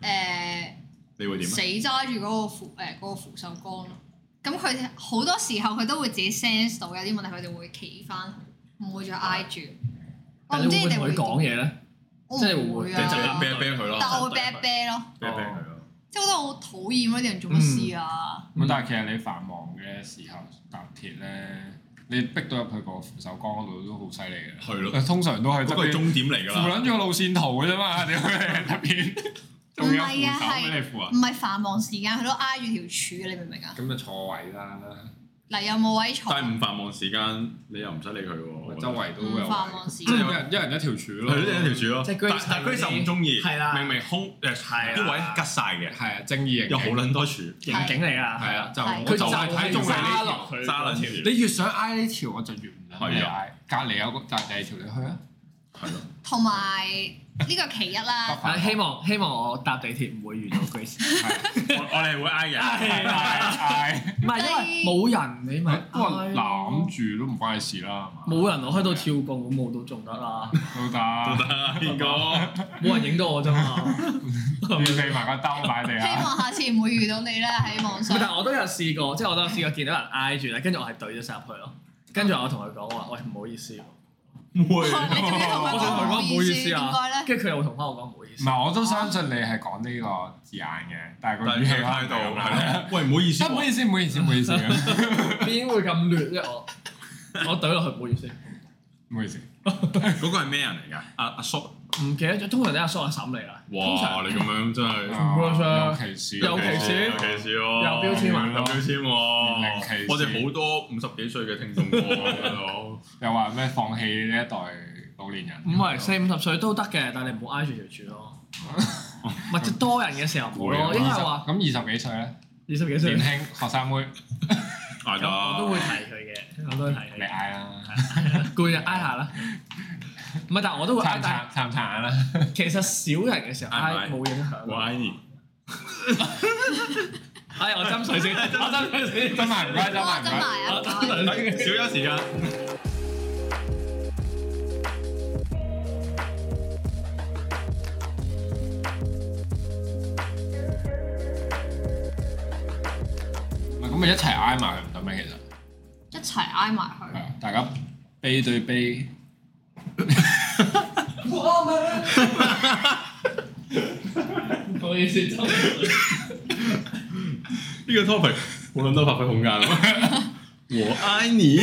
[SPEAKER 1] 呃誒。
[SPEAKER 3] 你會點啊
[SPEAKER 2] 啊
[SPEAKER 1] 死
[SPEAKER 3] 咧？
[SPEAKER 1] 揸住嗰個扶誒嗰個扶手杆咯。咁佢好多時候佢都會自己 sense 到有啲問題，佢就會企翻，唔會再挨住。我
[SPEAKER 2] 但
[SPEAKER 1] 唔
[SPEAKER 2] 你
[SPEAKER 1] 知你
[SPEAKER 2] 會唔
[SPEAKER 1] 哋
[SPEAKER 2] 會同
[SPEAKER 1] 會
[SPEAKER 2] 佢講
[SPEAKER 1] 點，
[SPEAKER 2] 嘢咧？
[SPEAKER 1] 我
[SPEAKER 2] 即係會
[SPEAKER 1] 唔會
[SPEAKER 3] 即係
[SPEAKER 2] 即
[SPEAKER 3] 就
[SPEAKER 2] 係
[SPEAKER 1] 啊
[SPEAKER 3] 啤，啤佢咯，
[SPEAKER 1] 但我會啤啤咯，
[SPEAKER 3] 啤啤佢咯。
[SPEAKER 1] 即係我覺得我好討厭嗰啲人做
[SPEAKER 2] 嗯
[SPEAKER 1] 乜事啊？
[SPEAKER 4] 咁但係其實你繁忙嘅時候搭鐵咧，你逼到入去個扶手杆嗰度都好犀利嘅。
[SPEAKER 2] 哦
[SPEAKER 3] 係咯，
[SPEAKER 4] 通常都係
[SPEAKER 3] 嗰
[SPEAKER 4] 側
[SPEAKER 3] 個係
[SPEAKER 4] 邊
[SPEAKER 3] 終點嚟
[SPEAKER 4] 扶
[SPEAKER 3] 㗎啦。
[SPEAKER 4] 撚咗個路線圖嘅啫嘛，屌你側邊仲有扶手俾你扶啊？
[SPEAKER 1] 唔係繁忙時間，佢都挨住條柱，你明唔明啊？
[SPEAKER 4] 咁就錯位啦，
[SPEAKER 1] 嗱，有冇位坐？
[SPEAKER 3] 但係唔繁忙時間，你又唔使理佢喎。
[SPEAKER 4] 周圍都會
[SPEAKER 2] 啊
[SPEAKER 4] 有
[SPEAKER 1] 唔繁
[SPEAKER 4] 位，
[SPEAKER 1] 忙時
[SPEAKER 4] 即係
[SPEAKER 1] 間
[SPEAKER 4] 有，人一人一條柱咯，
[SPEAKER 3] 係呢一條柱咯。
[SPEAKER 2] 即係
[SPEAKER 3] 但
[SPEAKER 2] Grace
[SPEAKER 3] 但
[SPEAKER 2] 係嗰啲
[SPEAKER 3] Grace 就唔中意，
[SPEAKER 2] 係啦
[SPEAKER 3] 明明空誒
[SPEAKER 2] 係啦啊
[SPEAKER 3] 啲位吉晒嘅，
[SPEAKER 4] 係啊，正義型
[SPEAKER 3] 有好撚多柱，
[SPEAKER 2] 刑警嚟啊，
[SPEAKER 4] 係啊，就
[SPEAKER 1] 係
[SPEAKER 4] 我就
[SPEAKER 2] 係
[SPEAKER 4] 係睇中你
[SPEAKER 2] 揸
[SPEAKER 4] 呢
[SPEAKER 2] 落
[SPEAKER 4] 條。
[SPEAKER 2] 佢
[SPEAKER 3] 揸撚條，
[SPEAKER 4] 你越想挨呢條，我就越唔想你
[SPEAKER 3] 係
[SPEAKER 4] 挨。隔離有個就係第二條，你去啊！
[SPEAKER 3] 係咯。
[SPEAKER 1] 同埋呢個其一 啦。
[SPEAKER 2] 但希望希望我搭地鐵唔會遇到 Grace，
[SPEAKER 4] 啊
[SPEAKER 3] 我我哋係會挨 嘅，
[SPEAKER 4] 係啊係
[SPEAKER 2] 唔係因為冇人你咪
[SPEAKER 4] 係，不過
[SPEAKER 2] 嗌咯
[SPEAKER 4] 攬住都唔關你事啦，係嘛？
[SPEAKER 2] 冇人我開到跳共舞都仲得啦，
[SPEAKER 4] 都得，
[SPEAKER 3] 邊 個？
[SPEAKER 2] 冇人影到我啫嘛。
[SPEAKER 4] 你避埋個兜擺
[SPEAKER 2] 啊
[SPEAKER 4] 地
[SPEAKER 1] 希
[SPEAKER 4] 下。
[SPEAKER 1] 望下次唔會遇到你啦，喺網上
[SPEAKER 2] 但。係我都有試過，即係我都有試過見到人挨住咧，跟住我係對咗手入去咯。跟住我同佢講話，喂唔好意 思，
[SPEAKER 1] 你仲要
[SPEAKER 3] 會
[SPEAKER 1] 同佢
[SPEAKER 2] 我想同佢
[SPEAKER 1] 講
[SPEAKER 2] 講唔好意思
[SPEAKER 1] 點
[SPEAKER 2] 啊
[SPEAKER 1] 解咧？。
[SPEAKER 2] 跟住佢又同翻我講唔好意
[SPEAKER 4] 唔
[SPEAKER 2] 思。
[SPEAKER 4] 係，我都相信你係講呢個字眼嘅，但係個
[SPEAKER 3] 但
[SPEAKER 4] 語氣
[SPEAKER 3] 係態度係咯。喂，唔好意思
[SPEAKER 1] 啊
[SPEAKER 4] 真唔好
[SPEAKER 3] 喎，
[SPEAKER 4] 意思，唔好意思，唔好意思， 唔
[SPEAKER 2] 邊會咁劣啫我？我對落去唔好意思，
[SPEAKER 4] 好意思。
[SPEAKER 3] 嗰個係咩人嚟㗎？阿阿叔，
[SPEAKER 2] 唔記得咗。通常啲阿叔阿嬸嚟啦，通
[SPEAKER 3] 哇！
[SPEAKER 2] 常
[SPEAKER 3] 你咁樣真係
[SPEAKER 4] 啊
[SPEAKER 2] 唔該晒
[SPEAKER 4] 尤其是
[SPEAKER 2] 尤其是
[SPEAKER 3] 尤其是喎，
[SPEAKER 2] 有標籤啊
[SPEAKER 3] 有標籤
[SPEAKER 4] 年齡歧
[SPEAKER 3] 喎
[SPEAKER 4] 視。
[SPEAKER 3] 我哋好多五十幾歲嘅聽眾喎，大佬
[SPEAKER 4] 又話咩放棄呢一代老年人？
[SPEAKER 2] 唔係四五十歲都得嘅，但係你唔好挨住條柱咯。或者多人嘅時候唔好
[SPEAKER 4] 啊
[SPEAKER 2] 咯，應該係話
[SPEAKER 4] 咁二十幾歲咧，
[SPEAKER 2] 二十幾歲
[SPEAKER 4] 年。輕學生妹，
[SPEAKER 3] 嗌得。
[SPEAKER 2] 我都會提佢嘅，我都會提
[SPEAKER 4] 你啊
[SPEAKER 2] 佢。
[SPEAKER 4] 嗌啦，
[SPEAKER 2] 攰就挨下啦，唔係，但係我都會
[SPEAKER 4] 撐
[SPEAKER 2] 挨
[SPEAKER 4] 唔。撐撐唔
[SPEAKER 2] 但
[SPEAKER 4] 撐 眼啦？
[SPEAKER 2] 係其實少人嘅時候挨
[SPEAKER 3] 挨唔挨
[SPEAKER 2] 冇影響
[SPEAKER 3] 我
[SPEAKER 2] 咯。
[SPEAKER 3] 嗌你。
[SPEAKER 2] 哎，我斟水 先，我斟水先。
[SPEAKER 4] 真埋唔該，真
[SPEAKER 1] 哇
[SPEAKER 4] 埋唔
[SPEAKER 1] 真
[SPEAKER 4] 該。
[SPEAKER 1] 埋啊！
[SPEAKER 2] 我
[SPEAKER 1] 唔該
[SPEAKER 2] 斟水先。
[SPEAKER 3] 少咗時間。
[SPEAKER 4] 咁咪一齊挨埋佢唔得咩？其實
[SPEAKER 1] 一齊挨埋佢
[SPEAKER 4] 係。啊，大家背對背。
[SPEAKER 2] 唔好意思，斟水。
[SPEAKER 3] 呢個 topic 好撚多發揮空間啊！我愛你，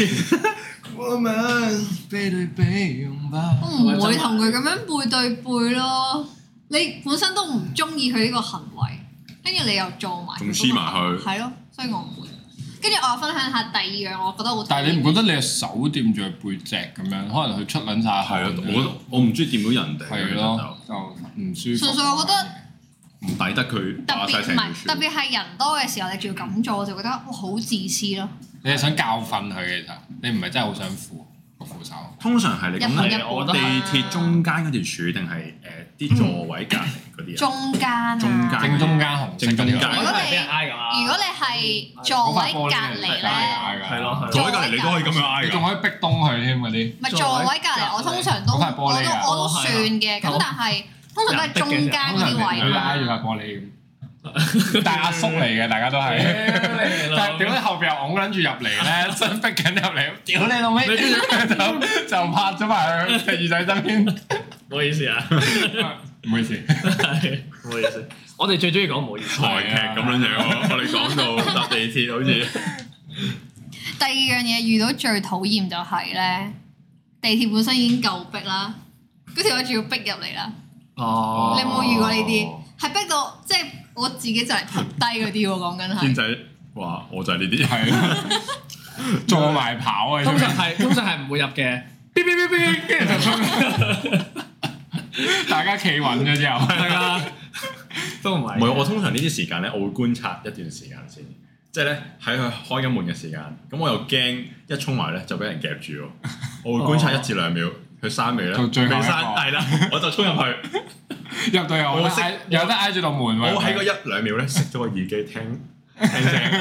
[SPEAKER 4] 我們背對背擁
[SPEAKER 1] 我
[SPEAKER 4] 抱。
[SPEAKER 1] 唔會同佢咁樣背對背咯。你本身都唔中意佢呢個行為，跟住你又做埋，
[SPEAKER 3] 仲黐埋佢
[SPEAKER 1] 係咯，所以我唔會。跟住我分享下第二樣，我覺得好。
[SPEAKER 4] 但係你唔覺得你隻手掂住佢背脊咁樣，可能佢出撚晒
[SPEAKER 3] 係啊
[SPEAKER 4] 汗，
[SPEAKER 3] 我我唔中意掂到人哋，
[SPEAKER 4] 係
[SPEAKER 3] 啊
[SPEAKER 4] 咯，就唔舒服。
[SPEAKER 1] 純粹我覺得
[SPEAKER 3] 其實就唔抵得佢
[SPEAKER 1] 特
[SPEAKER 3] 打晒
[SPEAKER 1] 別
[SPEAKER 3] 成
[SPEAKER 1] 唔係
[SPEAKER 3] 條
[SPEAKER 1] 特
[SPEAKER 3] 船。
[SPEAKER 1] 別係人多嘅時候，你仲要咁做，我就覺得哇好自私咯。
[SPEAKER 4] 你係想教訓佢嘅咋，你唔係真係好想扶個扶手。
[SPEAKER 3] 通常係你
[SPEAKER 1] 一
[SPEAKER 3] 咁
[SPEAKER 1] 半一
[SPEAKER 3] 係
[SPEAKER 1] 半
[SPEAKER 3] 我
[SPEAKER 1] 啦
[SPEAKER 3] 地鐵中間嗰條柱定係誒
[SPEAKER 4] 嗯
[SPEAKER 3] 啲座位隔離嗰啲啊？
[SPEAKER 1] 中間啊，
[SPEAKER 3] 中間
[SPEAKER 4] 正中間嗯紅色嗰啊條
[SPEAKER 3] 正中間
[SPEAKER 1] 如
[SPEAKER 2] 如
[SPEAKER 1] 果你
[SPEAKER 2] 俾人挨㗎啦，
[SPEAKER 1] 如果你係座位隔離咧，
[SPEAKER 2] 係咯係
[SPEAKER 3] 座
[SPEAKER 2] 咯，
[SPEAKER 3] 位隔離你都可以咁樣挨
[SPEAKER 4] 你仲
[SPEAKER 3] 㗎。
[SPEAKER 4] 可以逼東佢添嗰啲。
[SPEAKER 1] 唔係座位隔離，我通常都
[SPEAKER 4] 嗰
[SPEAKER 1] 我
[SPEAKER 4] 塊玻璃啊
[SPEAKER 1] 都我都算嘅，咁
[SPEAKER 2] 哦係啊
[SPEAKER 1] 但係通常都係中間
[SPEAKER 4] 通
[SPEAKER 1] 嗰
[SPEAKER 4] 常
[SPEAKER 1] 啲位
[SPEAKER 4] 你拉住
[SPEAKER 1] 嘛。
[SPEAKER 4] 塊玻璃咁，但係阿叔嚟嘅，大家都
[SPEAKER 2] 屌
[SPEAKER 4] 係。
[SPEAKER 2] 你
[SPEAKER 4] 但係屌你
[SPEAKER 2] 老
[SPEAKER 4] 後邊又㧬撚住入嚟 咧，想逼緊入嚟，屌你老味，
[SPEAKER 2] 你跟
[SPEAKER 4] 就就拍咗埋佢隻耳仔側邊。
[SPEAKER 2] 母，唔好意思啊，
[SPEAKER 4] 唔好意思，
[SPEAKER 2] 係唔好意思，我哋最中意講唔好意思，
[SPEAKER 3] 台劇
[SPEAKER 4] 啊
[SPEAKER 3] 咁樣樣喎，我哋講到搭地鐵好似
[SPEAKER 1] 第二樣嘢遇到最討厭就係咧，地鐵本身已經夠逼啦，嗰條友仲要逼入嚟啦，
[SPEAKER 2] 哦
[SPEAKER 1] 你有冇遇過呢啲？係逼到即係我自己就嚟撲低嗰啲喎，講緊
[SPEAKER 3] 天
[SPEAKER 1] 係。
[SPEAKER 3] 仔話我就係呢 啲。
[SPEAKER 4] 係啊做埋跑啊！
[SPEAKER 2] 通常 係通常係唔會入嘅，嗶嗶嗶嗶，跟住就衝，
[SPEAKER 4] 大家企穩咗之後，
[SPEAKER 2] 係啊， 都唔
[SPEAKER 3] 唔係，
[SPEAKER 2] 係，
[SPEAKER 3] 我通常呢啲時間咧，我會觀察一段時間先，即係咧喺佢開緊門嘅時間，咁我又驚一衝埋咧就俾人夾住喎，我會觀察
[SPEAKER 2] 哦
[SPEAKER 3] 一至兩秒，佢閂未咧？
[SPEAKER 4] 到最後一個
[SPEAKER 3] 未閂，係啦，我就衝入去，
[SPEAKER 4] 入到又有
[SPEAKER 3] 我
[SPEAKER 4] 得
[SPEAKER 3] 識
[SPEAKER 4] 挨有得挨住道門喎。
[SPEAKER 3] 我喺嗰一兩秒咧熄咗個耳機聽 聽聲，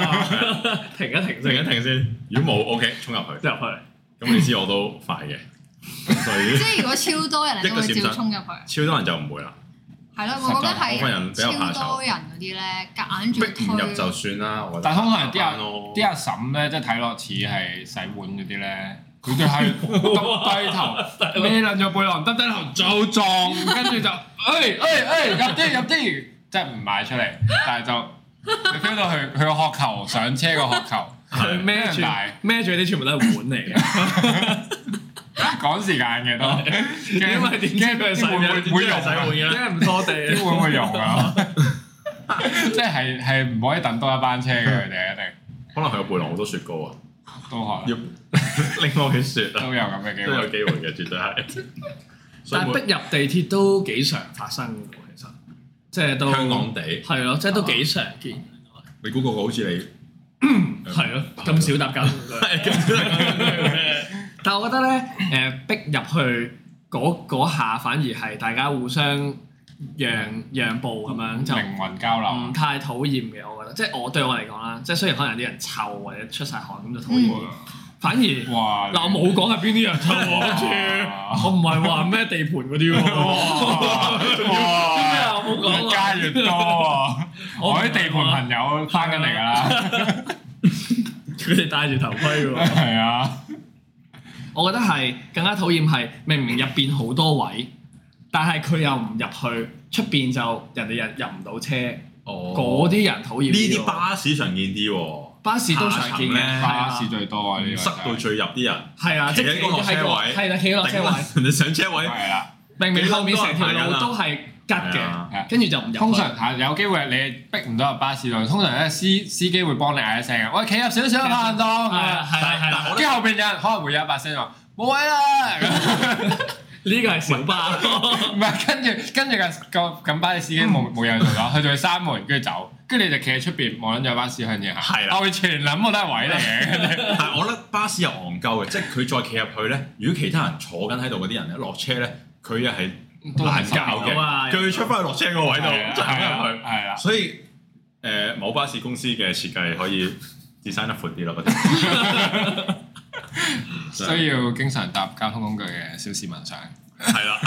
[SPEAKER 2] 停一停
[SPEAKER 3] 停
[SPEAKER 2] 先
[SPEAKER 3] 一停先，如果冇 OK 衝入去，
[SPEAKER 2] 入去，
[SPEAKER 3] 咁你知我都快嘅，所
[SPEAKER 1] 即
[SPEAKER 3] 以
[SPEAKER 1] 係如果超多人，你都會
[SPEAKER 3] 一
[SPEAKER 1] 照
[SPEAKER 3] 個閃身
[SPEAKER 1] 衝入去。
[SPEAKER 3] 超多人就唔會啦，
[SPEAKER 1] 係咯，我覺得
[SPEAKER 3] 我份人比較怕
[SPEAKER 1] 係
[SPEAKER 3] 醜
[SPEAKER 1] 超多人嗰啲咧，夾硬住
[SPEAKER 3] 逼唔入
[SPEAKER 1] 推。
[SPEAKER 3] 就算啦，我覺得
[SPEAKER 4] 但通常啲
[SPEAKER 3] 慢慢
[SPEAKER 4] 阿
[SPEAKER 3] 咯
[SPEAKER 4] 啲阿嬸咧，即係睇落似係洗碗嗰啲咧，佢哋係 耷低頭，孭撚咗背囊，耷低頭就撞，跟住就， 哎哎哎，入啲入啲，即係唔買出嚟，但係就你 feel 到佢佢個殼球上車個殼球，
[SPEAKER 2] 佢孭住
[SPEAKER 4] 俾人大
[SPEAKER 2] 孭住啲全部都係碗嚟嘅，
[SPEAKER 4] 趕時間嘅都，
[SPEAKER 2] 因為點知佢係洗
[SPEAKER 4] 會唔會會
[SPEAKER 2] 碗，點知佢係洗碗
[SPEAKER 4] 用
[SPEAKER 2] 嘅， 因為唔拖
[SPEAKER 4] 啲
[SPEAKER 2] 地
[SPEAKER 4] 會唔會用啊？即係係係唔可以等多一班車嘅佢哋一定
[SPEAKER 3] 可能佢個背囊好多雪糕啊，
[SPEAKER 4] 都可能
[SPEAKER 3] 要拎我嘅雪 啊。
[SPEAKER 4] 都有咁嘅機
[SPEAKER 3] 都有
[SPEAKER 4] 會，
[SPEAKER 3] 機會嘅，絕對係。所以
[SPEAKER 2] 但係
[SPEAKER 3] 每
[SPEAKER 2] 逼入地鐵都幾常發生嘅喎，其實即係都
[SPEAKER 3] 香港地，
[SPEAKER 2] 係咯，即
[SPEAKER 4] 啊
[SPEAKER 2] 係都幾常見，
[SPEAKER 3] 你估個個好似你
[SPEAKER 2] 係咯，咁少搭交通工具。但我覺得咧，誒、逼入去嗰嗰下，反而係大家互相讓讓步咁樣，就
[SPEAKER 4] 靈魂交
[SPEAKER 2] 唔
[SPEAKER 4] 流。
[SPEAKER 2] 太討厭嘅。我覺得，即係我對我嚟講啦，即係雖然可能有啲人臭或者出晒汗咁就討厭，反而嗱
[SPEAKER 4] 嗯哇！
[SPEAKER 2] 我冇講係邊啲人臭喎，跟住
[SPEAKER 4] 哇！
[SPEAKER 2] 我唔係話咩地盤嗰啲喎，咩啊
[SPEAKER 4] 哇！
[SPEAKER 2] 我冇講
[SPEAKER 4] 越
[SPEAKER 2] 啊
[SPEAKER 4] 加越多啊！
[SPEAKER 2] 唔
[SPEAKER 4] 我
[SPEAKER 2] 係
[SPEAKER 4] 啲地盤朋友翻緊嚟㗎啦，
[SPEAKER 2] 佢哋戴住頭盔喎。
[SPEAKER 4] 係啊，
[SPEAKER 2] 我覺得係更加討厭係明明入邊好多位，但係佢又唔入去，出邊就人哋入入唔到車，嗰
[SPEAKER 3] 哦，
[SPEAKER 2] 啲人討
[SPEAKER 3] 呢
[SPEAKER 2] 厭喎
[SPEAKER 3] 啲巴士常見啲喎，
[SPEAKER 2] 巴士都常見嘅，係
[SPEAKER 4] 巴
[SPEAKER 2] 啊
[SPEAKER 4] 士最多啊呢個
[SPEAKER 3] 塞到最入啲人，
[SPEAKER 2] 係啊，即
[SPEAKER 3] 企
[SPEAKER 2] 係
[SPEAKER 3] 喺個落車位
[SPEAKER 2] 係啦，企喺落車位，
[SPEAKER 3] 人哋上車位，
[SPEAKER 4] 係啦。
[SPEAKER 2] 明明後面成條
[SPEAKER 3] 幾多人
[SPEAKER 2] 路
[SPEAKER 3] 行緊啊
[SPEAKER 2] 都係吉
[SPEAKER 3] 係
[SPEAKER 2] 嘅，
[SPEAKER 3] 啊
[SPEAKER 4] 係啊
[SPEAKER 2] 跟住就唔入去。
[SPEAKER 4] 通常係有機會你逼唔到入巴士度，通常咧司司機會幫你嗌一聲啊，喂，企入少少啊，拍
[SPEAKER 2] 係啊
[SPEAKER 4] 檔。
[SPEAKER 2] 係啊係啦，
[SPEAKER 4] 跟住後邊有人可能會有一把聲話冇位啦，
[SPEAKER 2] 呢個係小巴咯，
[SPEAKER 4] 唔係跟住跟住個個咁巴士司機冇冇嘢做咗，佢就會閂門跟住走，跟住你就企喺出邊望緊有巴士向前行。啊
[SPEAKER 3] 係啦
[SPEAKER 4] 我會全諗我都係位嚟嘅。
[SPEAKER 3] 但係我覺得巴士又戇鳩嘅，即係佢再企入去咧，如果其他人坐緊喺度嗰啲人咧落車咧，佢又係
[SPEAKER 4] 都係
[SPEAKER 3] 難搞
[SPEAKER 2] 十秒啊
[SPEAKER 3] 嘅，佢要出翻去落車個位度就 行入去，
[SPEAKER 4] 啊係啦。啊
[SPEAKER 3] 所以誒某巴士公司嘅設計可以 design 得闊啲咯，覺得。
[SPEAKER 4] 需要經常搭交通工具嘅小市民上，
[SPEAKER 3] 係啦，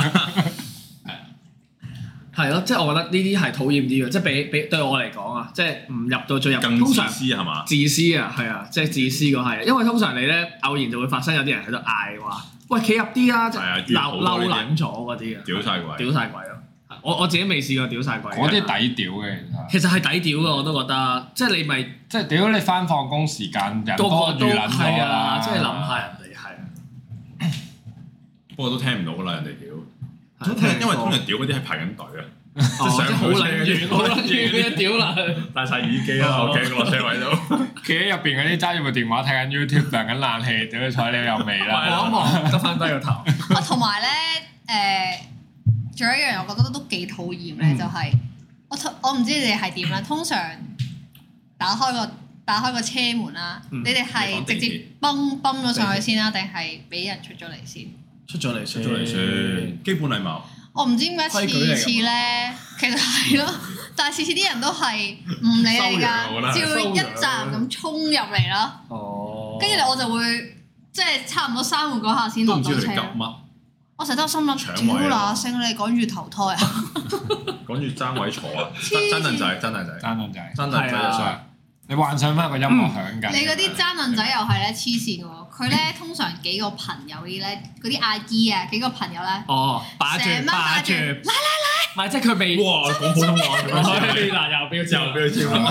[SPEAKER 2] 係咯，即係我覺得呢啲係討厭啲嘅，即係比比對我嚟講啊，即係唔入到最入，
[SPEAKER 3] 更
[SPEAKER 2] 通
[SPEAKER 3] 自
[SPEAKER 2] 常。
[SPEAKER 3] 私係嘛？
[SPEAKER 2] 自私啊，係啊，即係自私個係，因為通常你咧偶然就會發生有啲人喺度嗌話，喂企入啲啊，即
[SPEAKER 3] 係啊
[SPEAKER 2] 係
[SPEAKER 3] 越好
[SPEAKER 2] 嬲
[SPEAKER 3] 啊
[SPEAKER 2] 嬲
[SPEAKER 3] 呢啲
[SPEAKER 2] 撚咗嗰啲啊，
[SPEAKER 3] 屌晒鬼！
[SPEAKER 2] 屌晒鬼咯！啊我我自己未試過屌晒鬼嘅，
[SPEAKER 4] 嗰
[SPEAKER 2] 啊
[SPEAKER 4] 啲抵屌嘅其實，
[SPEAKER 2] 其實係抵屌嘅，我都覺得，即係你咪
[SPEAKER 4] 即係屌你翻放工時間人
[SPEAKER 2] 個
[SPEAKER 4] 多
[SPEAKER 2] 個
[SPEAKER 4] 預
[SPEAKER 2] 都
[SPEAKER 4] 諗咗
[SPEAKER 2] 係啊，
[SPEAKER 4] 啦，
[SPEAKER 2] 即係諗下人哋係啊。
[SPEAKER 3] 不過都聽唔到啦，人哋屌。
[SPEAKER 2] 係
[SPEAKER 3] 因為通常屌嗰啲係排緊隊啊，
[SPEAKER 2] 哦即係
[SPEAKER 3] 上
[SPEAKER 2] 好
[SPEAKER 3] 佢
[SPEAKER 2] 撚
[SPEAKER 3] 車
[SPEAKER 2] 遠，好撚遠嘅屌啦！
[SPEAKER 3] 戴晒耳機啊啦，
[SPEAKER 2] 哦
[SPEAKER 3] 我企喺個落車位度，
[SPEAKER 4] 企喺入邊嗰啲揸住部電話睇緊 YouTube 涼緊冷氣，屌你睬你又未
[SPEAKER 2] 望
[SPEAKER 4] 啦！
[SPEAKER 2] 一望，執翻低個頭。
[SPEAKER 1] 啊，同埋咧，誒，仲有一樣我覺得都幾討厭咧，
[SPEAKER 2] 嗯
[SPEAKER 1] 就係我通我唔知你哋係點啦。通常打開個打開個車門啦，
[SPEAKER 2] 嗯
[SPEAKER 1] 你哋
[SPEAKER 3] 你
[SPEAKER 1] 係
[SPEAKER 3] 講地
[SPEAKER 1] 直
[SPEAKER 3] 鐵
[SPEAKER 1] 接崩崩咗上去先啦，定係俾人出咗嚟先？
[SPEAKER 2] 出咗嚟，出
[SPEAKER 3] 出咗嚟先，基本禮貌。
[SPEAKER 1] 我唔知點解次
[SPEAKER 2] 規矩嚟㗎嘛
[SPEAKER 1] 次咧，其實係 咯，但係次次啲人都係唔理你
[SPEAKER 3] 收養我覺得
[SPEAKER 1] 㗎，
[SPEAKER 3] 係
[SPEAKER 1] 照
[SPEAKER 2] 收
[SPEAKER 1] 一
[SPEAKER 2] 養
[SPEAKER 1] 站咁衝入嚟啦。
[SPEAKER 2] 哦，
[SPEAKER 1] 跟住我就會即係差唔多閂門嗰下先
[SPEAKER 3] 都
[SPEAKER 1] 落
[SPEAKER 3] 唔知
[SPEAKER 1] 到
[SPEAKER 3] 佢哋
[SPEAKER 1] 車啊咯。
[SPEAKER 3] 急乜，
[SPEAKER 1] 我成日都心諗，
[SPEAKER 3] 搶位
[SPEAKER 1] 屌
[SPEAKER 3] 啊
[SPEAKER 1] 嗱聲，你趕住投胎啊！
[SPEAKER 3] 趕住爭位坐啊！
[SPEAKER 1] 黐線
[SPEAKER 3] 真真凳仔，真凳仔，
[SPEAKER 4] 爭論仔，
[SPEAKER 3] 真凳仔
[SPEAKER 2] 係啊
[SPEAKER 3] 一上。
[SPEAKER 4] 你幻想翻個音樂響緊，
[SPEAKER 1] 你嗰啲爭論仔又係咧黐線嘅喎，佢咧通常幾個朋友啲咧，嗰啲阿姨啊，幾個朋友咧，
[SPEAKER 2] 哦，霸住
[SPEAKER 1] 成班
[SPEAKER 2] 霸
[SPEAKER 1] 霸
[SPEAKER 2] 住，
[SPEAKER 1] 住
[SPEAKER 2] 嚟嚟嚟，唔係即係佢未，
[SPEAKER 3] 哇！講普通話 咁樣先，
[SPEAKER 2] 嗱又俾佢
[SPEAKER 3] 之後俾佢
[SPEAKER 2] 唔
[SPEAKER 3] 超
[SPEAKER 2] 係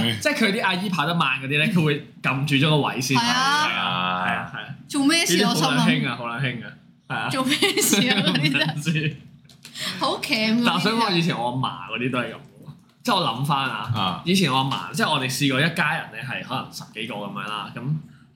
[SPEAKER 4] 唉
[SPEAKER 2] 即係佢啲阿姨跑得慢嗰啲咧，佢會撳住咗個位先。
[SPEAKER 1] 係啊
[SPEAKER 2] 係啊，係啊，係啊，
[SPEAKER 1] 做咩
[SPEAKER 2] 呢
[SPEAKER 1] 事
[SPEAKER 2] 啲
[SPEAKER 1] 我心
[SPEAKER 2] 好撚興
[SPEAKER 1] 諗，
[SPEAKER 2] 啊，好撚興啊，係 啊。
[SPEAKER 1] 做咩事啊嗰啲真係
[SPEAKER 2] 唔知
[SPEAKER 1] 好鉗
[SPEAKER 2] 但我想講，以
[SPEAKER 1] 嘅。
[SPEAKER 2] 前我阿嫲嗰啲都係咁嘅喎，即係我諗翻啊。
[SPEAKER 3] 啊！
[SPEAKER 2] 以前我阿嫲，即係我哋試過一家人咧，係可能十幾個咁樣啦，咁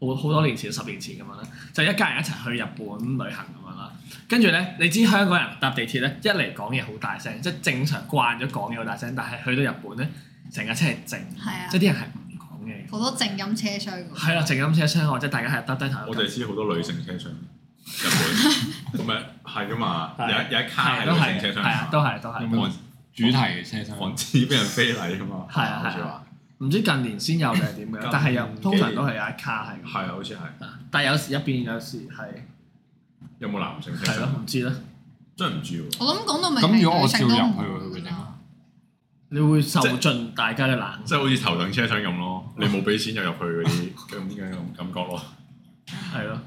[SPEAKER 2] 好好多年前，十年前咁樣啦，就一家人一齊去日本旅行咁樣啦。跟住咧，你知香港人搭地鐵咧，一嚟講嘢好大聲，即係正常慣咗講嘢好大聲，但係去到日本咧，成架車係靜，
[SPEAKER 1] 係啊
[SPEAKER 2] 即係啲人係唔講嘢嘅。
[SPEAKER 1] 好多靜音車廂㗎喎。
[SPEAKER 2] 係啦，靜音車廂，或者大家係耷低頭。
[SPEAKER 3] 啊我哋知好多女性車 廂，日本咁樣係噶嘛？有
[SPEAKER 2] 係
[SPEAKER 3] 一有一卡
[SPEAKER 2] 係
[SPEAKER 3] 係
[SPEAKER 2] 都
[SPEAKER 3] 女性
[SPEAKER 2] 係
[SPEAKER 3] 車廂
[SPEAKER 2] 係啊，都
[SPEAKER 3] 啊
[SPEAKER 2] 係都
[SPEAKER 3] 嘛，
[SPEAKER 2] 係。
[SPEAKER 3] 防
[SPEAKER 4] 主題嘅車廂
[SPEAKER 3] 防止俾人非禮噶嘛。
[SPEAKER 2] 係啊係啊
[SPEAKER 3] 好似話
[SPEAKER 2] 唔知近年先有定係點樣
[SPEAKER 3] 近，
[SPEAKER 2] 但係又通常都係有一卡
[SPEAKER 3] 係
[SPEAKER 2] 係。
[SPEAKER 3] 啊，好似係
[SPEAKER 2] 但係有時一邊有時係
[SPEAKER 3] 有冇男性車
[SPEAKER 2] 係
[SPEAKER 3] 廂？
[SPEAKER 2] 咯，唔知啦。
[SPEAKER 3] 真係唔知喎。
[SPEAKER 1] 我諗講到明，
[SPEAKER 4] 咁如果我
[SPEAKER 1] 女性
[SPEAKER 4] 照
[SPEAKER 1] 都
[SPEAKER 4] 入
[SPEAKER 1] 唔
[SPEAKER 4] 去
[SPEAKER 1] 會
[SPEAKER 4] 佢會點啊
[SPEAKER 1] 啦
[SPEAKER 2] 你會受盡大家嘅冷
[SPEAKER 3] 即係好似頭等車廂咁咯，你冇俾錢就入去嗰啲咁嘅咁感覺咯。
[SPEAKER 2] 係咯，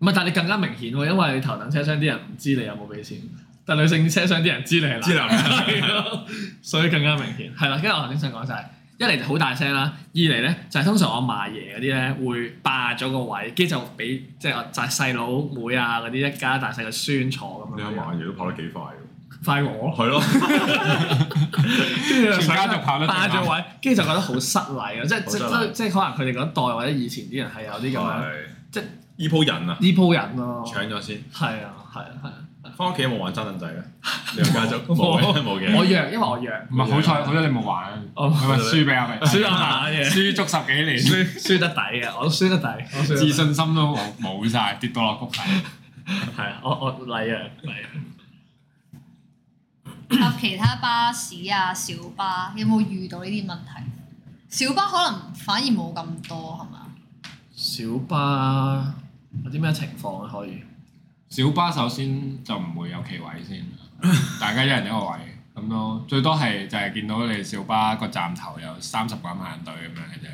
[SPEAKER 2] 唔係，但係你更加明顯喎，因為你頭等車廂啲人唔知你有冇俾錢，但女性車廂啲人知你係啊
[SPEAKER 3] 知
[SPEAKER 2] 男，
[SPEAKER 3] 男人
[SPEAKER 2] 係咯，所以更加明顯。係啦，跟住我頭先想講就係，一嚟就好大聲啦，二嚟咧就係通常我嫲爺嗰啲咧會霸咗個位，跟住就俾即係我就係細佬妹啊嗰啲一家大細嘅孫坐咁
[SPEAKER 3] 你阿
[SPEAKER 2] 樣，
[SPEAKER 3] 嫲爺都跑得幾快喎。
[SPEAKER 2] 快我。
[SPEAKER 3] 係咯，
[SPEAKER 2] 跟住
[SPEAKER 4] 全家就跑得最
[SPEAKER 2] 霸
[SPEAKER 4] 慢
[SPEAKER 2] 咗位，跟住就覺得好失禮咯，即係即
[SPEAKER 3] 好失禮
[SPEAKER 2] 即即可能佢哋嗰代或者以前啲人係啊有啲咁樣
[SPEAKER 3] 係
[SPEAKER 2] 即係
[SPEAKER 3] 依鋪人啊，
[SPEAKER 2] 呢鋪人咯，
[SPEAKER 3] 搶咗先。
[SPEAKER 2] 係啊係啊係啊。
[SPEAKER 3] 翻屋企有冇玩真凳仔咧？你家 族冇嘅冇
[SPEAKER 2] 我
[SPEAKER 3] 嘅。
[SPEAKER 2] 弱，因為我弱，
[SPEAKER 4] 唔係好彩，好彩你冇玩，
[SPEAKER 2] 哦
[SPEAKER 4] 你咪輸俾阿明，
[SPEAKER 2] 輸阿明嘅
[SPEAKER 4] 輸足十幾年，
[SPEAKER 2] 輸啊輸得底嘅，我都輸得底，我
[SPEAKER 4] 自
[SPEAKER 2] 輸得
[SPEAKER 4] 信心都冇冇晒，跌到落谷底。
[SPEAKER 2] 底係啊，我我禮啊禮啊，
[SPEAKER 1] 搭其他巴士啊、小巴，有冇遇到呢啲問題？小巴可能反而冇咁多係嘛？
[SPEAKER 2] 小巴有啲咩情況啊咧可以？
[SPEAKER 4] 小巴首先就唔會有企位先， 大家一人一個位咁咯。最多係就係見到你小巴個站頭有三十個人排緊隊咁樣嘅啫。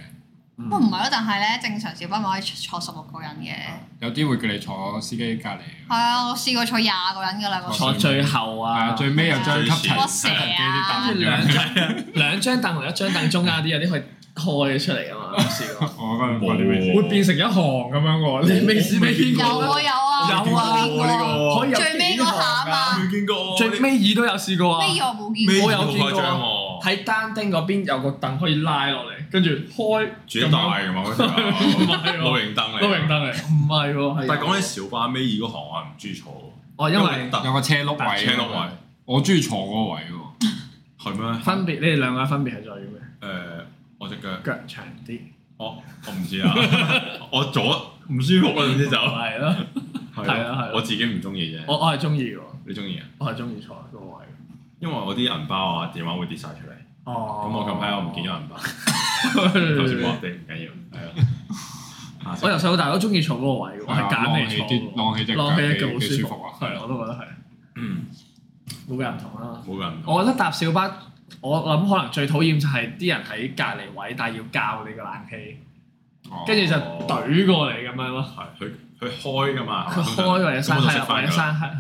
[SPEAKER 2] 嗯
[SPEAKER 1] 不過唔係咯，啊但係咧正常小巴咪可以坐十六個人嘅。
[SPEAKER 4] 有啲會叫你坐司機隔離，
[SPEAKER 1] 係啊，我試過坐廿個人㗎啦，個
[SPEAKER 4] 坐
[SPEAKER 2] 坐最後
[SPEAKER 4] 係
[SPEAKER 2] 啊，
[SPEAKER 4] 啊，最尾又將吸塵
[SPEAKER 1] 我蛇啊
[SPEAKER 4] 機啲凳
[SPEAKER 2] 兩 張兩張凳同一張凳中間啲有啲可以開出嚟 啊嘛，試過
[SPEAKER 4] 我覺得
[SPEAKER 3] 冇喎
[SPEAKER 2] 會變成一行咁樣喎，你 未試未見
[SPEAKER 1] 有
[SPEAKER 2] 過
[SPEAKER 1] 啊
[SPEAKER 2] 咩？
[SPEAKER 1] 有啊，
[SPEAKER 2] 有啊
[SPEAKER 1] 我見過
[SPEAKER 3] 呢
[SPEAKER 2] 可以有
[SPEAKER 1] 最尾
[SPEAKER 2] 幾
[SPEAKER 1] 嗰
[SPEAKER 2] 行
[SPEAKER 1] 下啊
[SPEAKER 2] 㗎
[SPEAKER 1] 嘛，
[SPEAKER 3] 個，見過
[SPEAKER 2] 最尾耳都有試過啊
[SPEAKER 1] 咩，我冇見
[SPEAKER 3] 尾
[SPEAKER 1] 過。
[SPEAKER 2] 我有見過
[SPEAKER 3] 好誇張喎，
[SPEAKER 2] 喺單丁嗰邊有個凳可以拉落嚟，跟住開
[SPEAKER 3] 住得大㗎嘛嗰時候，露營凳嚟。
[SPEAKER 2] 都榮。登嚟，唔係喎，係
[SPEAKER 3] 但係講起小巴尾二嗰行，我係唔中意坐
[SPEAKER 2] 哦，
[SPEAKER 3] 喎，
[SPEAKER 2] 因為啊
[SPEAKER 3] 特
[SPEAKER 4] 有個車轆位，
[SPEAKER 3] 車碌位，
[SPEAKER 4] 我中意坐嗰個位喎。
[SPEAKER 3] 係咩？
[SPEAKER 2] 分別，你哋兩個分別係在於咩？
[SPEAKER 3] 誒，我只腳。
[SPEAKER 2] 腳長啲，
[SPEAKER 3] 我我唔知啊， 我左唔舒服啊，總之就係
[SPEAKER 2] 係咯。
[SPEAKER 3] 咯
[SPEAKER 2] 係啊係啊
[SPEAKER 3] 我自己唔中意啫。
[SPEAKER 2] 我我係中意嘅喎，
[SPEAKER 3] 你中意啊？
[SPEAKER 2] 我係中意坐嗰個位。
[SPEAKER 3] 因為我啲銀包啊電話會跌晒出嚟，
[SPEAKER 2] 哦
[SPEAKER 3] 咁我近排我唔 見咗銀包，頭先冇
[SPEAKER 2] 咗。
[SPEAKER 3] update 唔緊要，係啊。
[SPEAKER 2] 我由細到大都中意坐嗰個位嘅，我係揀嚟坐嘅喎。
[SPEAKER 4] 浪起隻
[SPEAKER 2] 浪起隻
[SPEAKER 4] 腳
[SPEAKER 2] 腳
[SPEAKER 4] 幾
[SPEAKER 2] 好
[SPEAKER 4] 幾
[SPEAKER 2] 舒
[SPEAKER 4] 舒
[SPEAKER 2] 服
[SPEAKER 4] 服啊！
[SPEAKER 2] 係，我都覺得係
[SPEAKER 3] 嗯
[SPEAKER 2] 每個人唔同啦。
[SPEAKER 3] 冇人
[SPEAKER 2] 我覺得搭小巴，我諗可能最討厭就係啲人喺隔離位，但係要教你個冷氣，
[SPEAKER 4] 哦
[SPEAKER 3] 哦
[SPEAKER 2] 跟住就懟過嚟咁樣咯。
[SPEAKER 3] 係佢佢開㗎 嘛，
[SPEAKER 2] 佢開或
[SPEAKER 3] 啊咁
[SPEAKER 2] 者閂係或
[SPEAKER 3] 我
[SPEAKER 2] 者
[SPEAKER 3] 就識
[SPEAKER 2] 閂係，
[SPEAKER 3] 翻㗎啦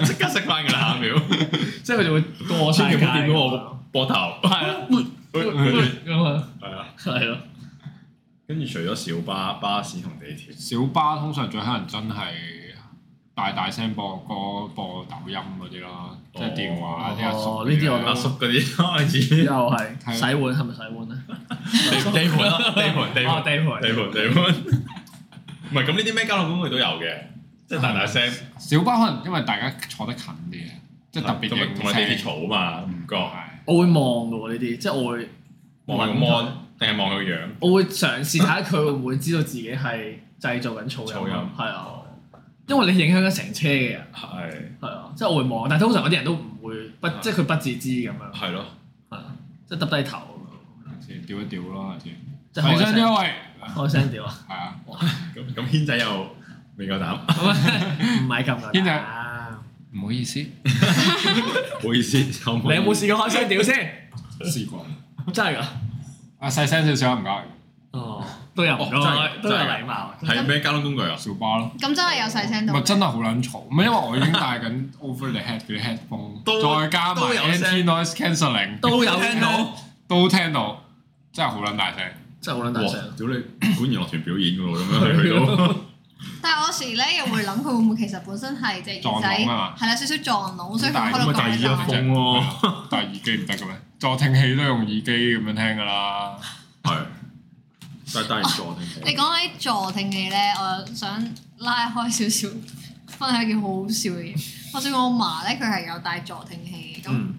[SPEAKER 3] 即刻識翻㗎啦下一秒，
[SPEAKER 2] 即係佢就會過
[SPEAKER 3] 千
[SPEAKER 2] 晒
[SPEAKER 3] 祈
[SPEAKER 2] 界
[SPEAKER 3] 唔好掂到
[SPEAKER 2] 咁樣。
[SPEAKER 3] 我個膊頭，
[SPEAKER 2] 係啊，咁啊，
[SPEAKER 3] 係啊。
[SPEAKER 2] 係咯，
[SPEAKER 3] 跟住除咗小巴、巴士同地鐵，
[SPEAKER 4] 小巴通常最乞人憎係大大聲播歌、播抖音嗰啲咯，即係電話啲阿叔
[SPEAKER 2] 哦呢啲我
[SPEAKER 3] 阿叔嗰啲 開始
[SPEAKER 2] 又係
[SPEAKER 4] 係
[SPEAKER 2] 洗碗係咪洗碗咧？
[SPEAKER 3] 地地盤啦，地盤地
[SPEAKER 2] 哦
[SPEAKER 3] 盤
[SPEAKER 2] 地盤
[SPEAKER 3] 地盤地盤，唔係咁呢啲咩交通工具都有嘅，即係大大聲，
[SPEAKER 4] 小巴可能因為大家坐得近啲啊，即係特別
[SPEAKER 3] 同埋
[SPEAKER 4] 嘅
[SPEAKER 3] 同埋地鐵嘈啊嘛，唔覺
[SPEAKER 4] 係
[SPEAKER 2] 我會望嘅喎呢啲，即係我會
[SPEAKER 3] 望佢個 mon 定係望佢個樣。
[SPEAKER 2] 我會嘗試睇下佢會唔會知道自己係製造緊噪
[SPEAKER 3] 噪
[SPEAKER 2] 音
[SPEAKER 3] 音
[SPEAKER 2] 啊，係啊，因為你影響緊成車嘅人，
[SPEAKER 3] 係
[SPEAKER 2] 係啊，即係我會望，但係通常嗰啲人都唔會不
[SPEAKER 3] 係
[SPEAKER 2] 即係佢不自知咁樣，
[SPEAKER 3] 係咯，
[SPEAKER 2] 係啊，即係耷低頭咁樣，
[SPEAKER 4] 先調一調咯，或者提
[SPEAKER 2] 即係開
[SPEAKER 4] 升
[SPEAKER 2] 聲
[SPEAKER 4] 優惠
[SPEAKER 2] 開聲屌啊，
[SPEAKER 4] 係啊，
[SPEAKER 3] 咁咁軒仔又未夠膽，
[SPEAKER 2] 唔係咁
[SPEAKER 4] 邊
[SPEAKER 2] 啊！
[SPEAKER 4] 唔好意思，
[SPEAKER 3] 唔好意思，我
[SPEAKER 2] 你有冇試過開聲屌先？
[SPEAKER 4] 試過
[SPEAKER 2] 真係㗎？
[SPEAKER 4] 啊細聲少少唔該，
[SPEAKER 2] 哦，都有唔
[SPEAKER 3] 哦真係
[SPEAKER 2] 該，都有
[SPEAKER 3] 真係㗎
[SPEAKER 2] 禮貌。
[SPEAKER 3] 係咩交通工具啊？
[SPEAKER 4] 小巴咯。
[SPEAKER 1] 咁真係有細聲
[SPEAKER 4] 唔
[SPEAKER 1] 到
[SPEAKER 4] 係。真係好撚嘈，唔係因為我已經戴緊 over the head 嗰啲 headphone，
[SPEAKER 3] 都
[SPEAKER 4] 再加埋
[SPEAKER 3] 都有聲
[SPEAKER 4] anti noise cancelling，
[SPEAKER 2] 都有
[SPEAKER 3] 聽
[SPEAKER 2] 聽
[SPEAKER 3] 到
[SPEAKER 2] 到，
[SPEAKER 4] 都聽到，真係好撚大聲。
[SPEAKER 2] 真係好
[SPEAKER 3] 哇！
[SPEAKER 2] 撚大聲。
[SPEAKER 3] 屌你管弦樂團表演㗎喎，咁 樣去到
[SPEAKER 1] 但係我有時咧又會諗佢會唔會其實本身係隻耳
[SPEAKER 4] 撞
[SPEAKER 1] 仔
[SPEAKER 4] 聾啊嘛
[SPEAKER 1] 係啦少少撞聾，所以
[SPEAKER 4] 咁但
[SPEAKER 1] 佢
[SPEAKER 4] 係
[SPEAKER 1] 開到咁
[SPEAKER 3] 咁啊第二
[SPEAKER 1] 大
[SPEAKER 3] 個。風喎，
[SPEAKER 4] 戴耳機唔得嘅咩？助聽器都用耳機咁樣聽㗎啦。
[SPEAKER 3] 係，但係當然助聽
[SPEAKER 1] 你
[SPEAKER 3] 器，
[SPEAKER 1] 講起助聽器咧，我又想拉開少少，分享一件好好笑嘅嘢。我想我嫲咧，佢係有戴助聽器嘅咁。
[SPEAKER 2] 嗯，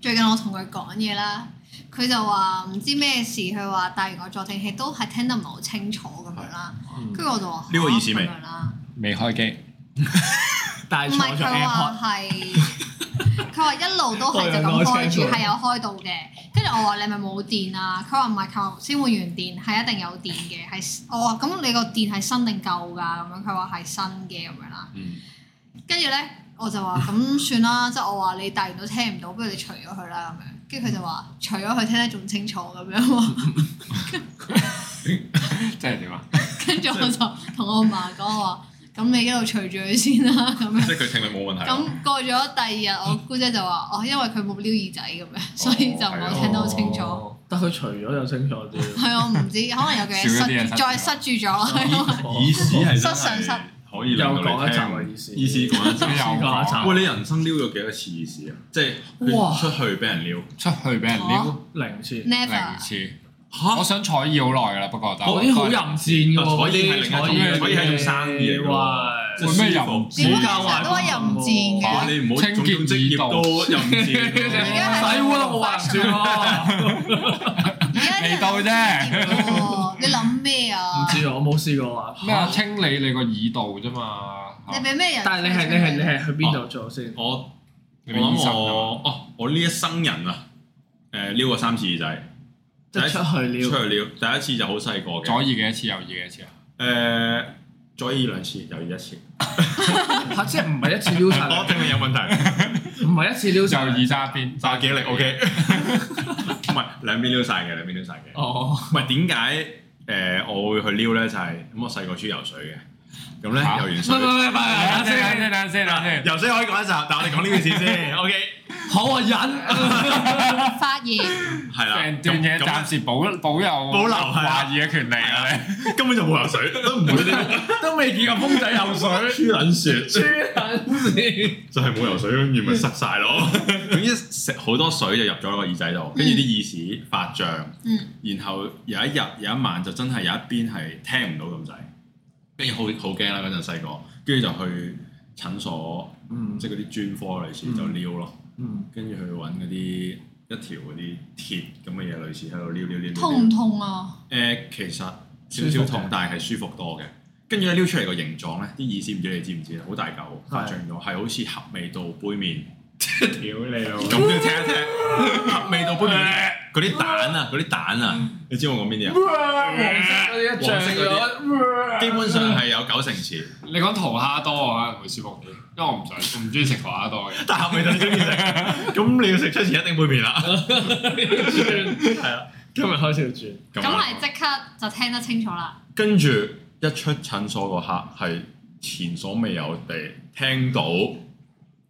[SPEAKER 1] 最近我同佢講嘢啦，佢就話唔知咩事，佢話戴完個助聽器都係聽得唔係好清楚咁樣啦。
[SPEAKER 2] 嗯
[SPEAKER 1] 跟住我就話
[SPEAKER 3] 撩個耳屎
[SPEAKER 1] 嚇
[SPEAKER 3] 未
[SPEAKER 1] 咁樣啦，
[SPEAKER 4] 未開機，
[SPEAKER 2] 但
[SPEAKER 1] 唔
[SPEAKER 2] 係
[SPEAKER 1] 係
[SPEAKER 2] 坐咗
[SPEAKER 1] 佢
[SPEAKER 2] AirPod，
[SPEAKER 1] 話係，佢話一路都係就咁開住，係有開到嘅。跟住我話你咪冇電啊，佢話唔係頭先換完電，係一定有電嘅，係我話咁你個電係新定舊㗎咁樣，佢話係新嘅咁樣啦。
[SPEAKER 3] 嗯，
[SPEAKER 1] 跟住咧，我就話咁算啦， 即係我話你大完都聽唔到，不如你除咗佢啦咁樣。跟住佢就話除咗佢聽得仲清楚咁樣喎。
[SPEAKER 4] 即係點 啊？
[SPEAKER 1] 跟住我就同我阿嫲講我話：咁你一路除住佢先啦咁樣。
[SPEAKER 3] 即係佢聽力冇問題。
[SPEAKER 1] 咁過咗第二日，我姑姐就話：哦，因為佢冇撩耳仔咁樣，所以就唔
[SPEAKER 2] 啊
[SPEAKER 3] 我
[SPEAKER 1] 係聽得好清楚。
[SPEAKER 2] 哦。得佢除咗就清楚啲。
[SPEAKER 1] 係啊我唔知，可能有嘅嘢
[SPEAKER 4] 少咗啲嘢
[SPEAKER 1] 塞住，
[SPEAKER 4] 塞住
[SPEAKER 1] 再塞住咗啦。
[SPEAKER 3] 耳屎係真
[SPEAKER 1] 塞上塞
[SPEAKER 3] 係可以
[SPEAKER 2] 又
[SPEAKER 3] 令到
[SPEAKER 2] 講
[SPEAKER 3] 你
[SPEAKER 2] 一集
[SPEAKER 3] 聽
[SPEAKER 2] 啊，意思。
[SPEAKER 3] 意思講一集
[SPEAKER 4] 又
[SPEAKER 2] 講
[SPEAKER 3] 喂，你人生撩咗幾多次耳屎啊？即係
[SPEAKER 2] 哇
[SPEAKER 3] 佢出去俾人撩
[SPEAKER 4] 出去俾人撩
[SPEAKER 2] 零次。
[SPEAKER 4] 零
[SPEAKER 1] Never，
[SPEAKER 4] 次，我
[SPEAKER 3] 嚇，
[SPEAKER 4] 想坐耳好耐㗎啦，不過但
[SPEAKER 2] 啊嗰啲好淫賤嘅喎，
[SPEAKER 3] 嗱彩衣係另一種
[SPEAKER 2] 嗰啲彩
[SPEAKER 3] 彩衣係一種生意嚟㗎
[SPEAKER 2] 哇！
[SPEAKER 3] 即係
[SPEAKER 4] 會咩
[SPEAKER 3] 舒
[SPEAKER 4] 淫
[SPEAKER 3] 服
[SPEAKER 1] 點解
[SPEAKER 4] 賤
[SPEAKER 1] 成日都話又唔賤
[SPEAKER 4] 哇
[SPEAKER 1] 嘅？
[SPEAKER 3] 你唔好
[SPEAKER 4] 清
[SPEAKER 3] 種種
[SPEAKER 4] 潔
[SPEAKER 3] 職業
[SPEAKER 4] 耳道
[SPEAKER 3] 都 又唔
[SPEAKER 1] 而
[SPEAKER 3] 知
[SPEAKER 1] 家係
[SPEAKER 2] 洗碗我話唔啊算
[SPEAKER 1] 而家啲人唔掂
[SPEAKER 2] 喎，
[SPEAKER 1] 喎你諗咩
[SPEAKER 2] 唔
[SPEAKER 1] 啊？
[SPEAKER 2] 知我冇試過啊。
[SPEAKER 4] 咩啊？清理你個耳道啫嘛。
[SPEAKER 1] 你俾咩人？啊
[SPEAKER 2] 但係你係你係你係去邊度做先？
[SPEAKER 3] 我
[SPEAKER 4] 你
[SPEAKER 3] 我
[SPEAKER 4] 咪醫
[SPEAKER 3] 諗
[SPEAKER 4] 生
[SPEAKER 3] 我哦，我呢一生人啊，誒撩過三次耳仔，
[SPEAKER 2] 即係出去
[SPEAKER 3] 出
[SPEAKER 2] 了。
[SPEAKER 3] 去撩，第一次就好細個
[SPEAKER 4] 左
[SPEAKER 3] 嘅，
[SPEAKER 4] 耳幾多次，右耳幾多次啊？
[SPEAKER 3] 誒左耳兩次，右耳一次，
[SPEAKER 2] 嚇！即係唔係一次撩晒
[SPEAKER 3] 我
[SPEAKER 2] 你，
[SPEAKER 3] 哦定係有問題，
[SPEAKER 2] 唔係一次撩
[SPEAKER 4] 右
[SPEAKER 2] 晒
[SPEAKER 4] 耳
[SPEAKER 2] 你。
[SPEAKER 4] 揸邊？
[SPEAKER 3] 揸幾力 OK，唔係兩邊撩晒嘅，兩邊撩晒嘅，
[SPEAKER 2] 哦，
[SPEAKER 3] 唔係點解誒我會去撩咧？就係咁，我細個中意游水嘅，咁咧
[SPEAKER 4] 嚇
[SPEAKER 3] 游完
[SPEAKER 2] 唔係唔
[SPEAKER 3] 水，
[SPEAKER 2] 係唔係，等先。
[SPEAKER 4] 先，等先，等 先。
[SPEAKER 3] 游水可以講一集，但我哋講呢件事先，OK，
[SPEAKER 2] 好啊， 忍。
[SPEAKER 1] 發現
[SPEAKER 3] 係啦，
[SPEAKER 4] 成段嘢
[SPEAKER 3] 咁
[SPEAKER 4] 暫
[SPEAKER 3] 咁
[SPEAKER 4] 時保保有
[SPEAKER 3] 保留係啊
[SPEAKER 4] 懷疑嘅權利啊！你
[SPEAKER 3] 根本就冇游水，都唔會啲
[SPEAKER 2] 都未見過風仔游水，
[SPEAKER 3] 輸撚 雪。
[SPEAKER 2] 黐撚線。
[SPEAKER 3] 就係冇游水，跟住
[SPEAKER 2] 嗯
[SPEAKER 3] 咪塞晒 咯。總之食好多水就入咗個耳仔度，
[SPEAKER 2] 嗯
[SPEAKER 3] 跟住啲耳屎發脹，
[SPEAKER 1] 嗯
[SPEAKER 3] 然後有一日有一晚就真係有一邊係聽唔到咁滯，跟住好好驚啦嗰陣細個，跟住就去診所，
[SPEAKER 2] 嗯
[SPEAKER 3] 即係嗰啲專科類似
[SPEAKER 2] 嗯
[SPEAKER 3] 就撩咯，
[SPEAKER 2] 嗯，
[SPEAKER 3] 跟住去揾嗰啲一條嗰啲鐵咁嘅嘢類似喺度撩撩撩撩。
[SPEAKER 1] 痛唔
[SPEAKER 3] 誒、
[SPEAKER 1] 痛啊？
[SPEAKER 3] 呃其實少少
[SPEAKER 2] 舒服
[SPEAKER 3] 痛
[SPEAKER 2] 嘅，
[SPEAKER 3] 但係係舒服多嘅。跟住咧撩出嚟個形狀咧，啲耳屎唔知你知唔知啊好大嚿，發脹咗，係好似合味道杯麵。
[SPEAKER 2] 屌你老
[SPEAKER 3] 咁都要聽一 聽，合味道杯麵嗰啲蛋 啊，嗰啲蛋啊，你知我講邊啲啊？
[SPEAKER 2] 黃色嗰啲啊一
[SPEAKER 3] 黃色
[SPEAKER 2] 漲咗，
[SPEAKER 3] 基 本上係有九成似，
[SPEAKER 4] 你講桃蝦多我可能會舒服啲，因為我唔想我唔中意食桃蝦多嘅。
[SPEAKER 3] 但合味道你中意食， 咁你要食出前一定杯麵啦。
[SPEAKER 2] 轉。
[SPEAKER 3] 係啊，
[SPEAKER 2] 今日開始要轉。
[SPEAKER 1] 咁係即刻就聽得清楚啦。
[SPEAKER 3] 跟住一出診所個客係前所未有地聽到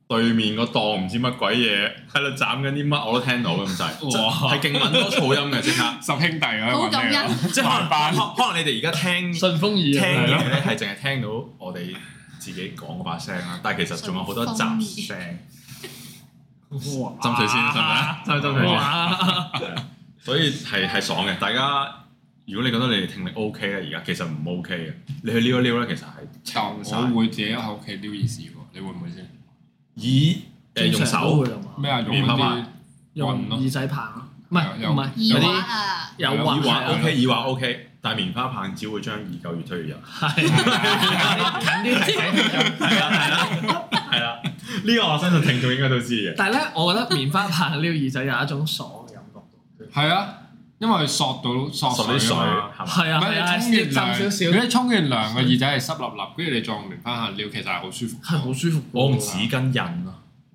[SPEAKER 3] 對面個檔唔知乜鬼嘢喺度斬緊啲乜，我都聽到咁滯，
[SPEAKER 2] 哇
[SPEAKER 3] 係勁揾多噪音嘅即刻，
[SPEAKER 4] 十兄弟啊嗰
[SPEAKER 1] 好
[SPEAKER 4] 啲
[SPEAKER 1] 感
[SPEAKER 4] 揾你
[SPEAKER 1] 恩
[SPEAKER 4] 咯，
[SPEAKER 3] 即係可
[SPEAKER 4] 慢慢
[SPEAKER 3] 能可能你哋而家聽。
[SPEAKER 2] 順風耳
[SPEAKER 3] 聽
[SPEAKER 2] 啊
[SPEAKER 3] 嘢咧係淨係聽到我哋自己講嗰把聲啦，但係其實仲有好多雜聲，
[SPEAKER 2] 斟
[SPEAKER 3] 斟水先係咪啊
[SPEAKER 2] 斟斟水先。
[SPEAKER 3] 所以係係爽嘅。大家如果你覺得你哋聽力 OK 咧，而家其實唔 OK 嘅，你去撩一撩咧，其實係
[SPEAKER 4] 但
[SPEAKER 3] 清晒。
[SPEAKER 4] 我會自己喺屋企撩耳屎喎，你會唔會先？
[SPEAKER 3] 以誒用手
[SPEAKER 4] 咩啊？用
[SPEAKER 3] 棉花
[SPEAKER 4] 嗰
[SPEAKER 3] 棒
[SPEAKER 4] 啲
[SPEAKER 2] 用
[SPEAKER 4] 棍咯，
[SPEAKER 2] 耳仔啊棒咯，唔係
[SPEAKER 4] 有
[SPEAKER 2] 唔係有
[SPEAKER 1] 耳挖
[SPEAKER 2] 啲
[SPEAKER 1] 啊，
[SPEAKER 2] 有
[SPEAKER 4] 有
[SPEAKER 3] 耳
[SPEAKER 2] 畫
[SPEAKER 3] 環
[SPEAKER 2] 係
[SPEAKER 3] OK，耳環 OK，但係棉花棒只會將耳垢越推越入。
[SPEAKER 2] 係近啲提醒。
[SPEAKER 3] 係啦係啦係啦， 呢個我相信聽眾應該都知嘅。
[SPEAKER 2] 但係咧，我覺得棉花棒撩耳仔有一種爽嘅感覺。
[SPEAKER 4] 係啊，因為索到索
[SPEAKER 3] 索啲
[SPEAKER 4] 水
[SPEAKER 3] 水
[SPEAKER 4] 啊嘛。
[SPEAKER 3] 係嘛？
[SPEAKER 2] 係
[SPEAKER 4] 唔
[SPEAKER 2] 啊係啊，
[SPEAKER 4] 係
[SPEAKER 2] 浸
[SPEAKER 4] 你沖
[SPEAKER 2] 少
[SPEAKER 4] 完涼，
[SPEAKER 2] 少
[SPEAKER 4] 如果你沖完涼個耳仔係濕立立，跟住你撞棉花棒撩，其實係好舒服。
[SPEAKER 2] 係好舒服㗎喎。
[SPEAKER 3] 我用紙巾印咯，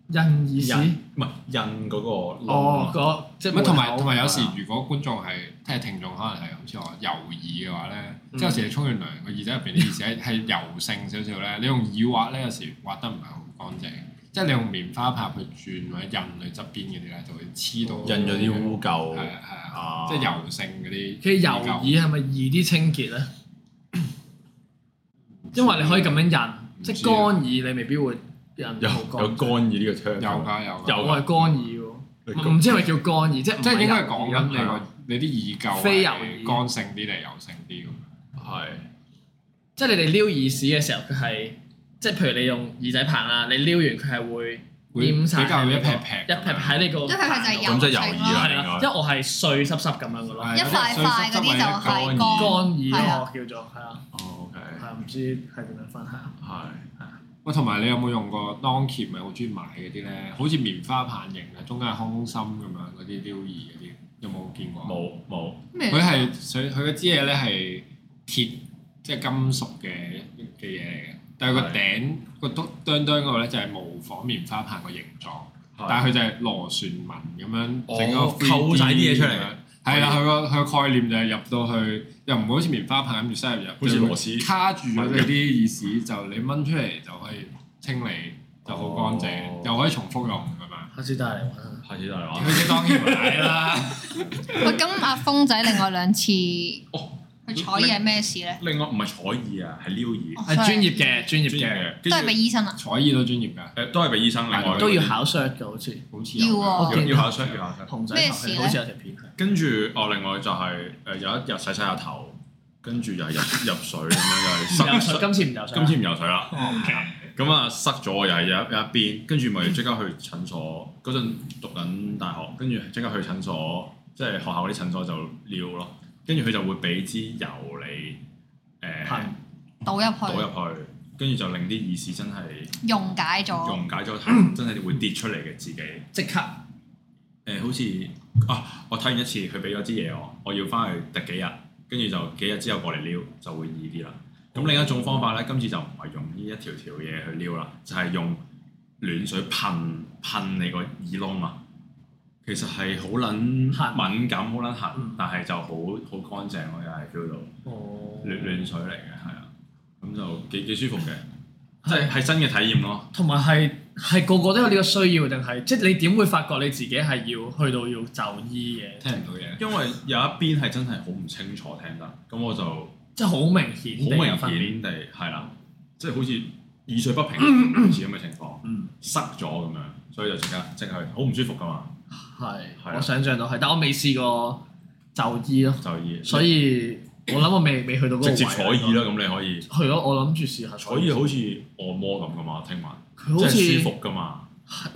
[SPEAKER 2] 印耳屎
[SPEAKER 3] 印。啊唔係印嗰個窿
[SPEAKER 2] 哦，
[SPEAKER 3] 啊。
[SPEAKER 2] 嗰即係
[SPEAKER 4] 咁同
[SPEAKER 2] 門
[SPEAKER 4] 埋
[SPEAKER 2] 口
[SPEAKER 4] 同埋有時
[SPEAKER 2] 係啊嘛，
[SPEAKER 4] 如果觀眾係即係聽眾，可能係好似我油耳嘅話咧，
[SPEAKER 2] 嗯
[SPEAKER 4] 即係有時你沖完涼個耳仔入邊啲耳屎係係油性少少咧，你用耳挖咧有時挖得唔係好乾淨，即係你用棉花棒去轉或者印去側邊嗰啲咧，就會黐到
[SPEAKER 3] 哦印咗啲污
[SPEAKER 4] 係
[SPEAKER 3] 垢，
[SPEAKER 4] 啊係
[SPEAKER 3] 啊
[SPEAKER 4] 啊，即係油性嗰啲。
[SPEAKER 2] 其實油耳係咪易啲清潔咧？因為你可以咁樣
[SPEAKER 4] 啊
[SPEAKER 2] 印，即係乾耳你未必會印
[SPEAKER 3] 有
[SPEAKER 2] 好
[SPEAKER 3] 有
[SPEAKER 2] 乾。
[SPEAKER 3] 乾耳呢個
[SPEAKER 4] 有
[SPEAKER 3] term
[SPEAKER 4] 嗯㗎有㗎啊
[SPEAKER 3] 有
[SPEAKER 2] 我係乾耳喎，
[SPEAKER 3] 你
[SPEAKER 2] 啊唔唔知係咪叫乾耳，即係唔
[SPEAKER 4] 即係應該係
[SPEAKER 2] 油
[SPEAKER 4] 講
[SPEAKER 2] 耳
[SPEAKER 4] 緊你
[SPEAKER 2] 咯
[SPEAKER 4] 個你啲耳垢
[SPEAKER 2] 啊非油
[SPEAKER 4] 係
[SPEAKER 2] 耳
[SPEAKER 4] 乾性啲定油性啲咁樣。
[SPEAKER 3] 係
[SPEAKER 2] 即係你哋撩耳屎嘅時候，佢係即係譬如你用耳仔棒啦，你撩完佢係會
[SPEAKER 4] 會
[SPEAKER 2] 黏晒
[SPEAKER 4] 比較
[SPEAKER 2] 喺你
[SPEAKER 4] 一
[SPEAKER 2] 個，
[SPEAKER 4] 劈劈
[SPEAKER 2] 一劈喺你個，
[SPEAKER 1] 因為佢就係
[SPEAKER 3] 咁
[SPEAKER 1] 油
[SPEAKER 3] 即係
[SPEAKER 1] 性
[SPEAKER 3] 油耳
[SPEAKER 1] 啦，
[SPEAKER 3] 啦
[SPEAKER 2] 係啦，因為我係碎濕濕咁樣嘅咯，
[SPEAKER 1] 一塊塊嗰啲就係乾
[SPEAKER 2] 乾
[SPEAKER 1] 乾啊係
[SPEAKER 2] 耳
[SPEAKER 1] 啊
[SPEAKER 2] 咯我叫做係啊，
[SPEAKER 3] 哦 OK
[SPEAKER 2] 係唔知係點樣分享。
[SPEAKER 3] 係
[SPEAKER 4] 喂，同埋你有冇用過 Donkey 咪好中意買嗰啲咧？好似棉花棒型啊，中間係空心咁樣嗰啲撩耳嗰啲，有冇見過？。
[SPEAKER 3] 冇冇
[SPEAKER 1] 咩
[SPEAKER 4] 佢係佢佢嗰支嘢咧係鐵，即係金屬嘅嘅嘢嚟嘅，但係個
[SPEAKER 3] 係
[SPEAKER 4] 頂個篤哚哚嗰度咧就係模仿棉花棒個形狀，
[SPEAKER 3] 係
[SPEAKER 4] 但係佢就係螺旋紋咁樣整個
[SPEAKER 3] 哦扣晒啲嘢出嚟
[SPEAKER 4] 3D 咁樣。係啦，佢個佢個概念就係入到去，又唔會好似棉花棒咁越塞入入，
[SPEAKER 3] 好似螺絲
[SPEAKER 4] 卡住咗你啲耳屎，就你掹出嚟就可以清理，就好乾
[SPEAKER 3] 哦
[SPEAKER 4] 淨，又可以重複用咁 樣。
[SPEAKER 2] 下次帶嚟玩下。
[SPEAKER 3] 下次就嚟
[SPEAKER 4] 佢
[SPEAKER 3] 玩。
[SPEAKER 4] 啲當然買啦，
[SPEAKER 1] 喂，咁阿峰仔另外兩次佢
[SPEAKER 3] 哦，
[SPEAKER 1] 採嘢咩事咧？
[SPEAKER 3] 另外唔係採耳啊，係撩耳，
[SPEAKER 2] 係專業嘅，專業嘅，
[SPEAKER 3] 嘅，
[SPEAKER 1] 都係俾
[SPEAKER 3] 跟住
[SPEAKER 1] 醫生啊，
[SPEAKER 4] 採耳都專業㗎，
[SPEAKER 3] 誒都係俾醫生另外
[SPEAKER 2] 都要考 shot 嘅，好似
[SPEAKER 4] 好似
[SPEAKER 1] 要
[SPEAKER 4] 有
[SPEAKER 1] 喎。
[SPEAKER 3] 要要考 s 要考 s
[SPEAKER 2] 熊仔
[SPEAKER 1] 咩
[SPEAKER 2] 頭
[SPEAKER 1] 事
[SPEAKER 2] 戲
[SPEAKER 1] 咧
[SPEAKER 2] 好似有條片係。
[SPEAKER 3] 跟住哦，另外就係誒有一日洗洗下頭，跟住又係入 入水咁樣，又係塞
[SPEAKER 2] 游水，今次唔游水
[SPEAKER 3] 今
[SPEAKER 2] 啊。
[SPEAKER 3] 次唔游水啦。
[SPEAKER 2] OK
[SPEAKER 3] 咁啊塞咗又係有一有一邊，跟住咪即刻去診所。嗰陣讀緊大學，跟住即刻去診所，即係學校嗰啲診所就撩咯。跟住佢就會俾支油你誒
[SPEAKER 2] 係
[SPEAKER 1] 倒入
[SPEAKER 3] 倒入
[SPEAKER 1] 去，
[SPEAKER 3] 去，跟住就令啲耳屎真係
[SPEAKER 1] 溶解咗。
[SPEAKER 3] 溶解咗， 係真係會跌出嚟嘅自己。
[SPEAKER 2] 即
[SPEAKER 3] 誒、
[SPEAKER 2] 刻
[SPEAKER 3] 呃好似啊，我睇完一次，佢俾咗支嘢我，我要翻去滴幾日，跟住就幾日之後過嚟撩就會易啲啦。咁另一種方法咧，今次就唔係用呢一條條嘢去撩啦，就係、用暖水噴噴你個耳窿啊。其實係好撚敏感，好撚痕
[SPEAKER 2] 嗯，
[SPEAKER 3] 但係就好好乾淨咯，又係 feel 到
[SPEAKER 2] 哦
[SPEAKER 3] 暖暖水嚟嘅，係啊，咁就幾幾舒服嘅，即係係新嘅體驗咯。
[SPEAKER 2] 同埋係係個個都有呢個需要，定係即係你點會發覺你自己係要去到要就醫嘅？
[SPEAKER 4] 聽唔到嘢。
[SPEAKER 3] 因為有一邊係真係好唔清楚聽得，咁我就。
[SPEAKER 2] 即係好明顯地
[SPEAKER 3] 好
[SPEAKER 2] 有分別。
[SPEAKER 3] 明顯地係啦，即係好似耳水不平類似咁嘅情況，
[SPEAKER 2] 嗯，
[SPEAKER 3] 塞咗咁樣，所以就即刻即刻好唔舒服噶嘛，
[SPEAKER 2] 係
[SPEAKER 3] 係啊
[SPEAKER 2] 我想象到係，但我未試過就醫咯，
[SPEAKER 3] 就耳，
[SPEAKER 2] 所以我諗我未未去到嗰個
[SPEAKER 3] 嗯直
[SPEAKER 2] 位。啊
[SPEAKER 3] 接坐耳。啦，咁你可以
[SPEAKER 2] 係咯，我諗住試下
[SPEAKER 3] 坐耳好似按摩咁噶嘛，聽聞
[SPEAKER 2] 佢好
[SPEAKER 3] 即係舒
[SPEAKER 2] 似
[SPEAKER 3] 服噶嘛，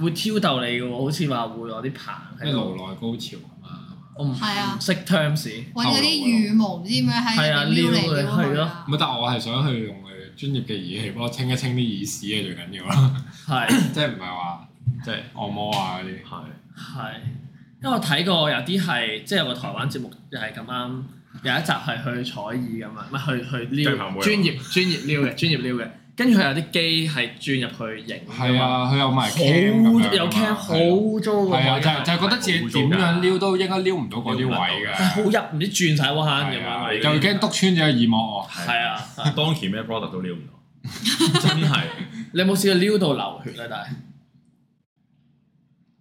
[SPEAKER 2] 會挑逗你嘅喎，好似話會有啲棒
[SPEAKER 4] 咩
[SPEAKER 2] 喺
[SPEAKER 4] 勞
[SPEAKER 2] 度。
[SPEAKER 4] 內高潮啊嘛，
[SPEAKER 2] 我唔
[SPEAKER 1] 係啊
[SPEAKER 2] 唔識 terms。
[SPEAKER 1] 揾嗰啲羽毛唔知點樣喺入邊撩嚟撩去
[SPEAKER 2] 係
[SPEAKER 1] 啊
[SPEAKER 2] 啊！
[SPEAKER 4] 唔係，但我係想去用佢專業嘅儀器幫我清一清啲耳屎嘅最緊要啦，
[SPEAKER 2] 係
[SPEAKER 4] 即係唔係話
[SPEAKER 3] 即係
[SPEAKER 4] 按摩啊嗰啲。
[SPEAKER 3] 係
[SPEAKER 2] 係，因為我睇過有啲係即係有個台灣節目又係咁啱，有一集係去採耳咁樣，唔係去去撩
[SPEAKER 3] 雞棚會啊
[SPEAKER 2] 專業專業撩嘅專業撩嘅，跟住佢有啲機係轉入去影㗎
[SPEAKER 4] 係
[SPEAKER 2] 嘛，
[SPEAKER 4] 啊，佢有埋
[SPEAKER 2] 好
[SPEAKER 4] cam 咁樣㗎嘛啊
[SPEAKER 2] 有 cam 好污糟㗎
[SPEAKER 4] 係啊，
[SPEAKER 2] 喎，
[SPEAKER 4] 就係就係覺得自己點樣撩都應該撩唔到嗰啲位
[SPEAKER 2] 係啊好
[SPEAKER 4] 㗎，
[SPEAKER 2] 入唔知轉晒彎咁
[SPEAKER 4] 係啊，
[SPEAKER 2] 樣，
[SPEAKER 4] 就驚篤穿咗個耳膜喎。
[SPEAKER 2] 係啊，係
[SPEAKER 3] 當期咩 product 都撩唔到，真係
[SPEAKER 2] 你有冇試過撩到流血啊咧？但係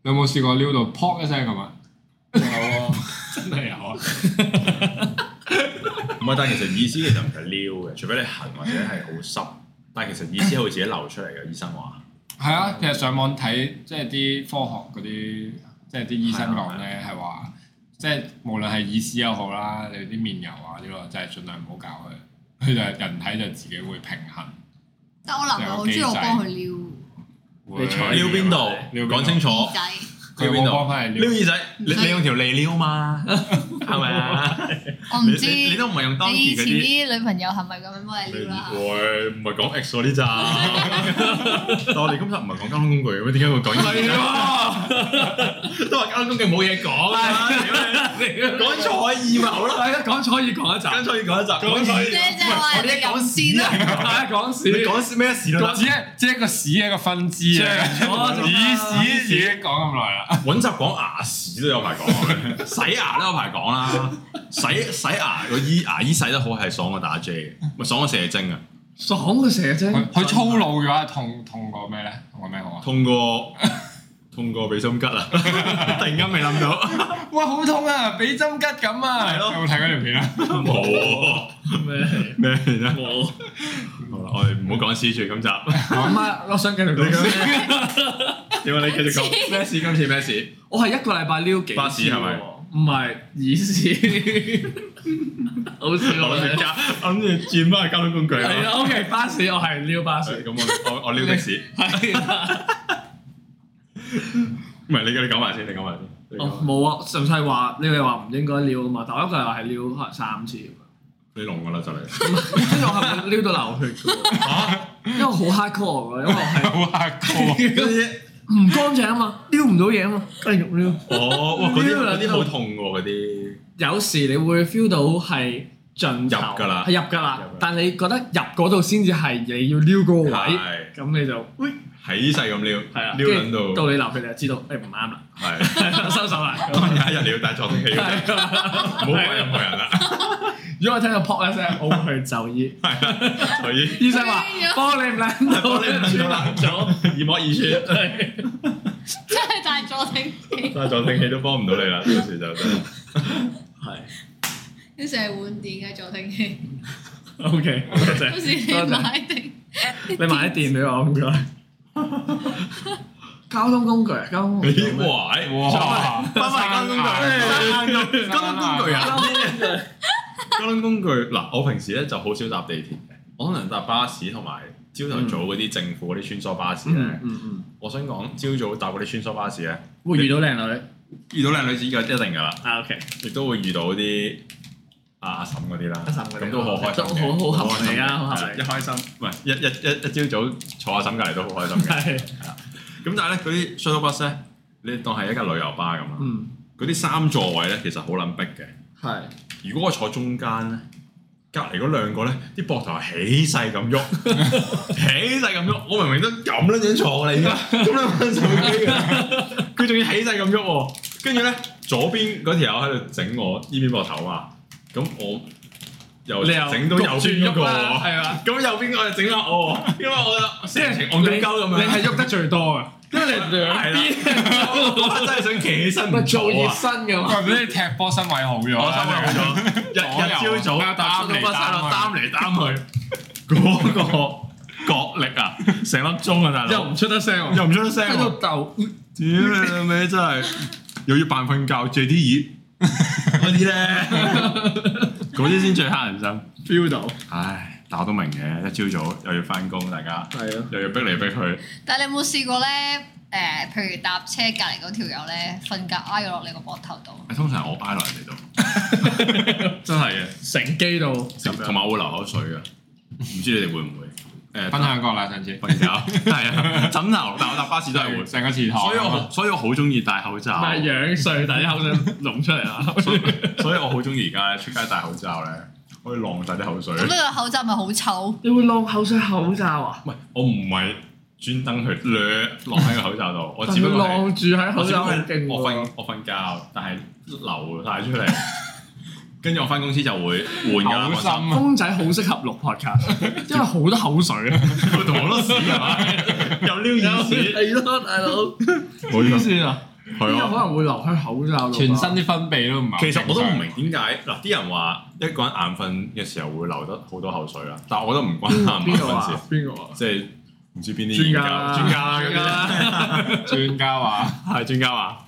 [SPEAKER 4] 你有冇試過撩到撲一聲咁啊？
[SPEAKER 2] 有啊，
[SPEAKER 4] 真係有啊！
[SPEAKER 3] 唔係，但係其實意思其實唔係撩嘅，除非你痕或者係好濕但係其實意思係會自己流出嚟嘅，醫生話。
[SPEAKER 4] 係啊，其實上網睇即係啲科學嗰啲，即係啲醫生講咧
[SPEAKER 2] 啊
[SPEAKER 4] 係話，即係無論係耳屎又好啦，你啲面油啊啲咯，就係盡量唔好搞佢。佢就係人體就自己會平衡。
[SPEAKER 1] 啊但我男朋友好中意我幫佢撩
[SPEAKER 2] 你除
[SPEAKER 3] 撩邊度？
[SPEAKER 4] 嗯撩邊度
[SPEAKER 3] 講清楚。
[SPEAKER 1] 耳仔，
[SPEAKER 4] 佢
[SPEAKER 3] 撩邊
[SPEAKER 4] 冇
[SPEAKER 3] 度
[SPEAKER 4] 幫翻你
[SPEAKER 3] 撩
[SPEAKER 4] 撩。
[SPEAKER 3] 耳仔，你你用條脷撩嘛？係咪啊？
[SPEAKER 1] 我唔
[SPEAKER 3] 你
[SPEAKER 1] 知
[SPEAKER 3] 你你都唔係用當
[SPEAKER 1] 你以
[SPEAKER 3] 時嗰
[SPEAKER 1] 前
[SPEAKER 3] 啲。
[SPEAKER 1] 啲女朋友係咪咁樣幫你撩啊啦？
[SPEAKER 3] 會唔係講 X 嗰 啲咋？但我哋今集唔係講交通工具嘅咩？點解會講耳仔？都話交通工具冇嘢講啊！ 講錯意謀啦，
[SPEAKER 2] 係啊，講錯要講一集，
[SPEAKER 3] 跟錯要講一集，講
[SPEAKER 1] 你
[SPEAKER 3] 錯
[SPEAKER 1] 就話人哋
[SPEAKER 3] 我
[SPEAKER 1] 咁
[SPEAKER 3] 哋
[SPEAKER 1] 線啦，
[SPEAKER 2] 係講
[SPEAKER 3] 啊你
[SPEAKER 2] 屎，
[SPEAKER 3] 講咩事都
[SPEAKER 4] 只
[SPEAKER 3] 得。
[SPEAKER 4] 係只係一個屎一個分支啊！
[SPEAKER 2] 講
[SPEAKER 4] 耳
[SPEAKER 2] 咗
[SPEAKER 4] 屎已經講咁耐啦，
[SPEAKER 3] 揾集講牙屎都有排講，洗牙都有排講啦。洗洗牙個醫牙醫洗得好係爽過打 J 嘅，咪爽過射精啊！
[SPEAKER 2] 爽嘅蛇精，
[SPEAKER 4] 佢佢粗魯嘅話痛痛過咩咧？痛過咩好啊？
[SPEAKER 3] 痛過痛過俾心 吉啊！突然間未諗到，
[SPEAKER 4] 哇！好痛啊！俾針吉咁啊！
[SPEAKER 3] 係咯
[SPEAKER 4] 有冇睇嗰條 片啊？
[SPEAKER 3] 冇
[SPEAKER 2] 咩？
[SPEAKER 3] 咩啫？
[SPEAKER 2] 冇。
[SPEAKER 3] 好啦，我哋唔好講屎住今 集。
[SPEAKER 2] 咁啊，我想繼續講 先。
[SPEAKER 3] 點啊解你繼續講咩事？今次咩事？
[SPEAKER 2] 我係一個禮拜撩幾次喎
[SPEAKER 3] 巴士係咪
[SPEAKER 2] 唔係耳屎， 好笑
[SPEAKER 3] 我諗住
[SPEAKER 2] 啊！
[SPEAKER 3] 加，我諗住轉翻去交通工具
[SPEAKER 2] 係啊
[SPEAKER 3] 啦。
[SPEAKER 2] ，OK，巴士我係撩巴士，
[SPEAKER 3] 咁我我我撩的士，
[SPEAKER 2] 係啊
[SPEAKER 3] 唔係你你講埋先，你講埋先。你
[SPEAKER 2] 我
[SPEAKER 3] 講埋
[SPEAKER 2] 冇啊，純粹話你哋話唔應該撩啊嘛，但我一個禮拜係撩可能三次咁樣。
[SPEAKER 3] 你聾㗎啦 就嚟。
[SPEAKER 2] 跟住我係咪撩到流血 嘅喎？因為我好 hard core 嘅，因為我
[SPEAKER 4] 好黑哥，
[SPEAKER 2] 係唔乾淨啊嘛，撩唔到嘢啊嘛，跟住肉撩。
[SPEAKER 3] 哦，哇！嗰啲
[SPEAKER 2] 撩啦
[SPEAKER 3] 嗰啲
[SPEAKER 2] 呢度
[SPEAKER 3] 好痛喎，嗰啲
[SPEAKER 2] 有時你會 feel 到係盡
[SPEAKER 3] 入
[SPEAKER 2] 頭
[SPEAKER 3] 㗎啦
[SPEAKER 2] 係入㗎啦
[SPEAKER 3] 入㗎，
[SPEAKER 2] 但你覺得入嗰度先至係你要撩嗰個位，
[SPEAKER 3] 係
[SPEAKER 2] 咁你就喂
[SPEAKER 3] 喺細咁撩，
[SPEAKER 2] 係啦，
[SPEAKER 3] 撩
[SPEAKER 2] 跟住
[SPEAKER 3] 撚
[SPEAKER 2] 到
[SPEAKER 3] 到
[SPEAKER 2] 你流血你就知道哎誒唔啱啦，
[SPEAKER 3] 係。
[SPEAKER 2] 收手啦。
[SPEAKER 3] 當然有一日你要帶助聽器，
[SPEAKER 2] 啊
[SPEAKER 3] 唔好揾任何人啦。
[SPEAKER 2] 如果我聽到 pop 一聲，我會去就醫。
[SPEAKER 3] 所 以
[SPEAKER 2] 醫生話
[SPEAKER 1] 哎呀
[SPEAKER 2] 幫啊你唔撚到，
[SPEAKER 3] 幫你唔 撚到
[SPEAKER 2] 咗。
[SPEAKER 3] 耳膜耳穿，
[SPEAKER 1] 真係大助聽器，
[SPEAKER 3] 帶助聽器都幫唔到你啦，到時就真係。
[SPEAKER 2] 係
[SPEAKER 1] 你成日換電嘅助聽 器，
[SPEAKER 2] OK，多謝
[SPEAKER 1] 到時你
[SPEAKER 2] 多謝
[SPEAKER 1] 買定。
[SPEAKER 2] 你買啲電俾我唔該。 交通工具啊，交通工具
[SPEAKER 3] 咦哇！
[SPEAKER 4] 哇！
[SPEAKER 3] 翻返 嚟交通工具，交通工具啊！交通工具嗱，我平時咧就好少搭地鐵嘅，我可能搭巴士同埋朝頭早嗰啲政府嗰啲穿梭巴士咧。
[SPEAKER 2] 嗯嗯嗯，
[SPEAKER 3] 我想講朝早搭嗰啲穿梭巴士咧，
[SPEAKER 2] 會遇到靚女
[SPEAKER 3] 遇到靚女子嘅一定噶啦，
[SPEAKER 2] 啊，OK。
[SPEAKER 3] 亦都會遇到啲阿阿嬸嗰啲啦，
[SPEAKER 2] 阿嬸嗰啲
[SPEAKER 3] 咁都好開心嘅
[SPEAKER 2] 都好好合理啊
[SPEAKER 3] 開心嘅
[SPEAKER 2] 好合理
[SPEAKER 3] 一開心，唔係一一一一朝早坐阿嬸隔離都好開心嘅。
[SPEAKER 2] 係，
[SPEAKER 3] 咁但係咧，嗰啲 shuttle bus 咧，你當係一架旅遊巴咁啦。
[SPEAKER 2] 嗯，
[SPEAKER 3] 嗰啲三座位咧，其實好撚逼嘅。
[SPEAKER 2] 係，
[SPEAKER 3] 如果我坐中間咧，隔離嗰兩個咧，啲膊頭係起勢咁 喐，起勢咁喐。我明明都咁撚樣坐你啦，咁樣玩手機嘅，佢仲要起勢咁喐喎。跟住咧，左邊嗰條友喺度整我呢邊膊頭啊，咁我又
[SPEAKER 2] 你又
[SPEAKER 3] 整到右邊嗰個
[SPEAKER 2] 啦，
[SPEAKER 3] 喎，
[SPEAKER 2] 係啊，
[SPEAKER 3] 咁右邊我又整下我，因為我成程戇鳩鳩咁樣。
[SPEAKER 2] 你係喐得最多嘅，因為你兩
[SPEAKER 3] 係
[SPEAKER 2] 邊
[SPEAKER 3] 我真係想企起身唔
[SPEAKER 2] 咪做
[SPEAKER 3] 做
[SPEAKER 2] 啊熱
[SPEAKER 3] 啊！
[SPEAKER 2] 身嘅嘛，
[SPEAKER 4] 話俾你踢波身位好咗
[SPEAKER 3] 我心
[SPEAKER 4] 啦，
[SPEAKER 3] 諗咗，日
[SPEAKER 4] 左
[SPEAKER 3] 日
[SPEAKER 4] 右啊
[SPEAKER 3] 朝早搭
[SPEAKER 4] 擔嚟
[SPEAKER 3] 巴士
[SPEAKER 4] 擔去
[SPEAKER 3] 擔嚟擔去，嗰個角力啊，成粒鐘啊，大
[SPEAKER 2] 又
[SPEAKER 3] 佬
[SPEAKER 2] 唔出得聲喎，
[SPEAKER 3] 又唔出得聲
[SPEAKER 2] 喺
[SPEAKER 3] 喎，
[SPEAKER 2] 度鬥，
[SPEAKER 3] 屌你老味真係又要扮瞓覺，借啲 耳嗰啲咧，嗰啲先最黑人憎。
[SPEAKER 2] feel 到，
[SPEAKER 3] 唉，但我都明嘅，一朝早又要翻工，大家
[SPEAKER 2] 係啊，
[SPEAKER 3] 又要逼嚟逼去，
[SPEAKER 1] 但係你有冇試過咧？誒、譬如搭車隔離嗰條友咧，瞓覺挨咗落你個膊頭度，
[SPEAKER 3] 哎通常我挨落人哋度， 真係嘅。
[SPEAKER 2] 成機到咁
[SPEAKER 3] 同
[SPEAKER 2] 樣，
[SPEAKER 3] 埋我會流口水嘅，唔知你哋會唔會？誒
[SPEAKER 4] 分享過啦上次，
[SPEAKER 3] 瞓覺係啊，枕頭，但我搭巴士都係會，
[SPEAKER 4] 成個池塘， 啊
[SPEAKER 3] 所以我啊好所以我好中意戴口罩，
[SPEAKER 2] 咪樣碎底口水弄出嚟啦，
[SPEAKER 3] 所以所以我好中意而家咧出街戴口罩咧，可以晾晒啲口水。
[SPEAKER 1] 咁呢個口罩咪好臭？
[SPEAKER 2] 你會弄口水口罩啊？
[SPEAKER 3] 唔係，我唔係專登去掠晾喺個口罩 度，我
[SPEAKER 2] 但
[SPEAKER 3] 只不
[SPEAKER 2] 佢
[SPEAKER 3] 過係
[SPEAKER 2] 晾住喺
[SPEAKER 3] 我
[SPEAKER 2] 口
[SPEAKER 3] 只
[SPEAKER 2] 罩
[SPEAKER 3] 不
[SPEAKER 2] 好
[SPEAKER 3] 過
[SPEAKER 2] 勁
[SPEAKER 3] 係我
[SPEAKER 2] 喎
[SPEAKER 3] 瞓，我瞓覺，但係流晒出嚟。跟住我翻公司就會換㗎啦，
[SPEAKER 4] 好
[SPEAKER 3] 我
[SPEAKER 4] 心
[SPEAKER 3] 心
[SPEAKER 4] 啊！
[SPEAKER 2] 公仔好適合錄 podcast，因為好多口水啊，
[SPEAKER 3] 啊 同我都屎係咪？又撩耳屎，
[SPEAKER 2] 係咯，大佬，
[SPEAKER 3] 冇錯
[SPEAKER 2] 黐線啊，
[SPEAKER 3] 係
[SPEAKER 2] 邊有可
[SPEAKER 3] 啊。
[SPEAKER 2] 能會留喺口罩度㗎？
[SPEAKER 4] 全身啲分泌都唔係。
[SPEAKER 3] 其實我都唔明點解嗱，啲人話一個人眼瞓嘅時候會流得好多口水啦，但我覺得唔關
[SPEAKER 2] 邊
[SPEAKER 3] 眼
[SPEAKER 2] 邊個
[SPEAKER 3] 瞓事
[SPEAKER 2] 啊，？邊個啊？
[SPEAKER 3] 即係唔知邊啲
[SPEAKER 2] 專
[SPEAKER 3] 研究
[SPEAKER 2] 家啦
[SPEAKER 3] 專家啦
[SPEAKER 2] 專
[SPEAKER 3] 咁
[SPEAKER 2] 家啦
[SPEAKER 3] 樣。
[SPEAKER 4] 專家話
[SPEAKER 3] 係專家話，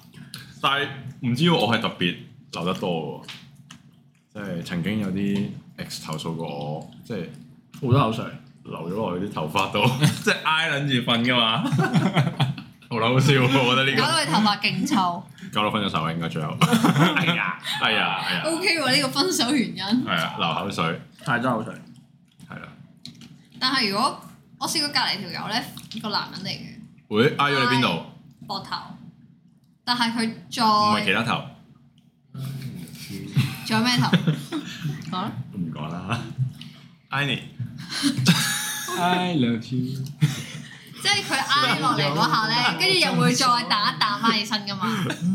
[SPEAKER 3] 但係唔知我係特別留得多喎，即係曾經有啲 ex 投訴過我，即係
[SPEAKER 2] 好多口水。
[SPEAKER 3] 留咗落去啲頭髮度， 即係挨撚住瞓噶嘛， 好撚好笑喎我覺得呢
[SPEAKER 1] 搞到你頭髮勁臭。
[SPEAKER 3] 個搞到分咗手啊，應該最後，
[SPEAKER 2] 係呀，
[SPEAKER 3] 哎呀哎呀，
[SPEAKER 1] O K 喎，呢個分手原因。
[SPEAKER 3] 係啊，流口水，
[SPEAKER 2] 太多口水。
[SPEAKER 3] 係啦，
[SPEAKER 1] 但係如果我試過隔離條友咧，個男人嚟嘅
[SPEAKER 3] 會挨咗你邊度？
[SPEAKER 1] 膊頭，但係佢
[SPEAKER 3] 唔係
[SPEAKER 1] 再
[SPEAKER 3] 其他頭，
[SPEAKER 1] 仲有咩頭？ 講啦
[SPEAKER 3] 唔 講啦。挨你，
[SPEAKER 4] I love you，
[SPEAKER 1] 即係佢挨落嚟嗰下 咧，跟住又會再打一打翻起身噶嘛，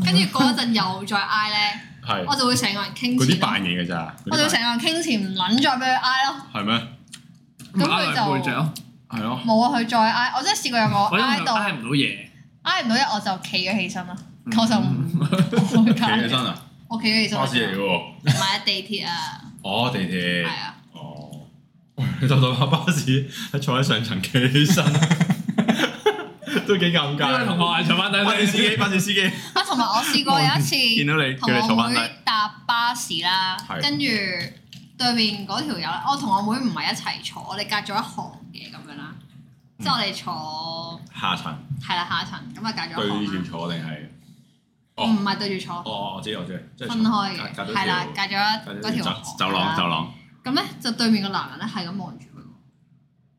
[SPEAKER 1] 跟住嗰陣又再挨咧，
[SPEAKER 3] 係
[SPEAKER 1] 我就會成個人傾
[SPEAKER 3] 嗰啲
[SPEAKER 1] 前
[SPEAKER 3] 扮
[SPEAKER 1] 咯，
[SPEAKER 3] 嘢嘅咋，嗰
[SPEAKER 1] 我就會
[SPEAKER 3] 啲
[SPEAKER 1] 成個人傾前唔撚再俾佢挨咯。
[SPEAKER 3] 扮係咩？
[SPEAKER 1] 咁佢
[SPEAKER 2] 挨落去背脊
[SPEAKER 1] 就
[SPEAKER 2] 咯，
[SPEAKER 3] 係咯，
[SPEAKER 1] 冇啊，佢再挨，我真係試過有個
[SPEAKER 2] 我因為
[SPEAKER 1] 挨
[SPEAKER 2] 佢
[SPEAKER 1] 到
[SPEAKER 2] 挨唔到嘢。
[SPEAKER 1] 挨唔到一，我就企咗起身啦，
[SPEAKER 2] 嗯
[SPEAKER 1] 我就 唔我
[SPEAKER 3] 企起身
[SPEAKER 1] 企
[SPEAKER 3] 啊，
[SPEAKER 1] 我企咗起身，
[SPEAKER 3] 巴士嚟嘅喎，
[SPEAKER 1] 唔係啊地鐵 啊，
[SPEAKER 3] 哦地鐵
[SPEAKER 1] 係。啊。
[SPEAKER 3] 哦，你搭到架巴士，喺坐喺上層企起身， 都幾尷
[SPEAKER 2] 呢位同學
[SPEAKER 3] 尬。
[SPEAKER 2] 係坐翻
[SPEAKER 3] 巴士
[SPEAKER 2] 低
[SPEAKER 3] 司機，巴士司機
[SPEAKER 1] 啊，同埋我試過有一
[SPEAKER 3] 見
[SPEAKER 1] 次
[SPEAKER 3] 到你，叫
[SPEAKER 1] 同
[SPEAKER 3] 你坐
[SPEAKER 1] 我
[SPEAKER 3] 翻低，
[SPEAKER 1] 妹搭巴士啦，
[SPEAKER 3] 係
[SPEAKER 1] 跟住對面嗰條友咧，我同我妹唔係一齊坐，我哋隔咗一行嘅咁樣啦，
[SPEAKER 3] 嗯
[SPEAKER 1] 即係我哋坐
[SPEAKER 3] 下層
[SPEAKER 1] 係啦下層，咁啊隔咗一
[SPEAKER 3] 對住
[SPEAKER 1] 行啦，
[SPEAKER 3] 坐定係？哦
[SPEAKER 1] 唔係對住坐，
[SPEAKER 3] 哦，我知我知，即係
[SPEAKER 1] 分開嘅，
[SPEAKER 3] 隔隔咗
[SPEAKER 1] 係啦，隔
[SPEAKER 3] 條
[SPEAKER 1] 咗一
[SPEAKER 3] 隔
[SPEAKER 1] 嗰
[SPEAKER 3] 咗條
[SPEAKER 1] 條
[SPEAKER 3] 走
[SPEAKER 1] 行
[SPEAKER 3] 走廊
[SPEAKER 1] 啦
[SPEAKER 3] 走廊，
[SPEAKER 1] 咁咧就對面個男人咧係咁望住佢喎，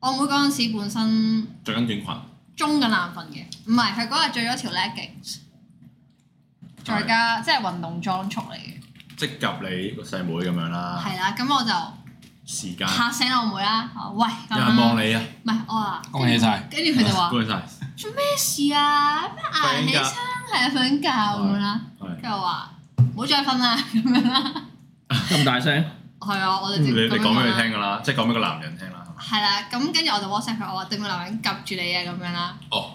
[SPEAKER 1] 我妹嗰陣時本身
[SPEAKER 3] 着緊短裙，
[SPEAKER 1] 中緊眼瞓嘅，唔係佢嗰日着咗條 leggings，再加即係運動裝束嚟嘅，
[SPEAKER 3] 即夾你個細妹咁樣啦，
[SPEAKER 1] 係啦，咁我就。
[SPEAKER 3] 時間
[SPEAKER 1] 嚇醒我妹啦！我話喂，
[SPEAKER 3] 有
[SPEAKER 1] 咁
[SPEAKER 3] 人
[SPEAKER 1] 樣
[SPEAKER 3] 望你啊，
[SPEAKER 1] 唔係我話，
[SPEAKER 4] 恭喜晒！
[SPEAKER 1] 跟住佢 就話
[SPEAKER 3] 恭喜晒，
[SPEAKER 1] 做咩事啊？咩捱起身係啊瞓緊覺咁樣啦，
[SPEAKER 3] 係
[SPEAKER 1] 跟住我話唔好再瞓啦 咁樣啦，
[SPEAKER 2] 咁大聲，
[SPEAKER 1] 係啊，我就
[SPEAKER 3] 你
[SPEAKER 1] 直
[SPEAKER 3] 嗯你
[SPEAKER 1] 接咁樣
[SPEAKER 3] 講俾佢
[SPEAKER 1] 啦
[SPEAKER 3] 聽㗎啦，即係講俾個男人聽啦，係嘛
[SPEAKER 1] 係啦，咁跟住我就 WhatsApp 佢，我話對面男人夾住你啊咁樣啦，
[SPEAKER 3] 哦，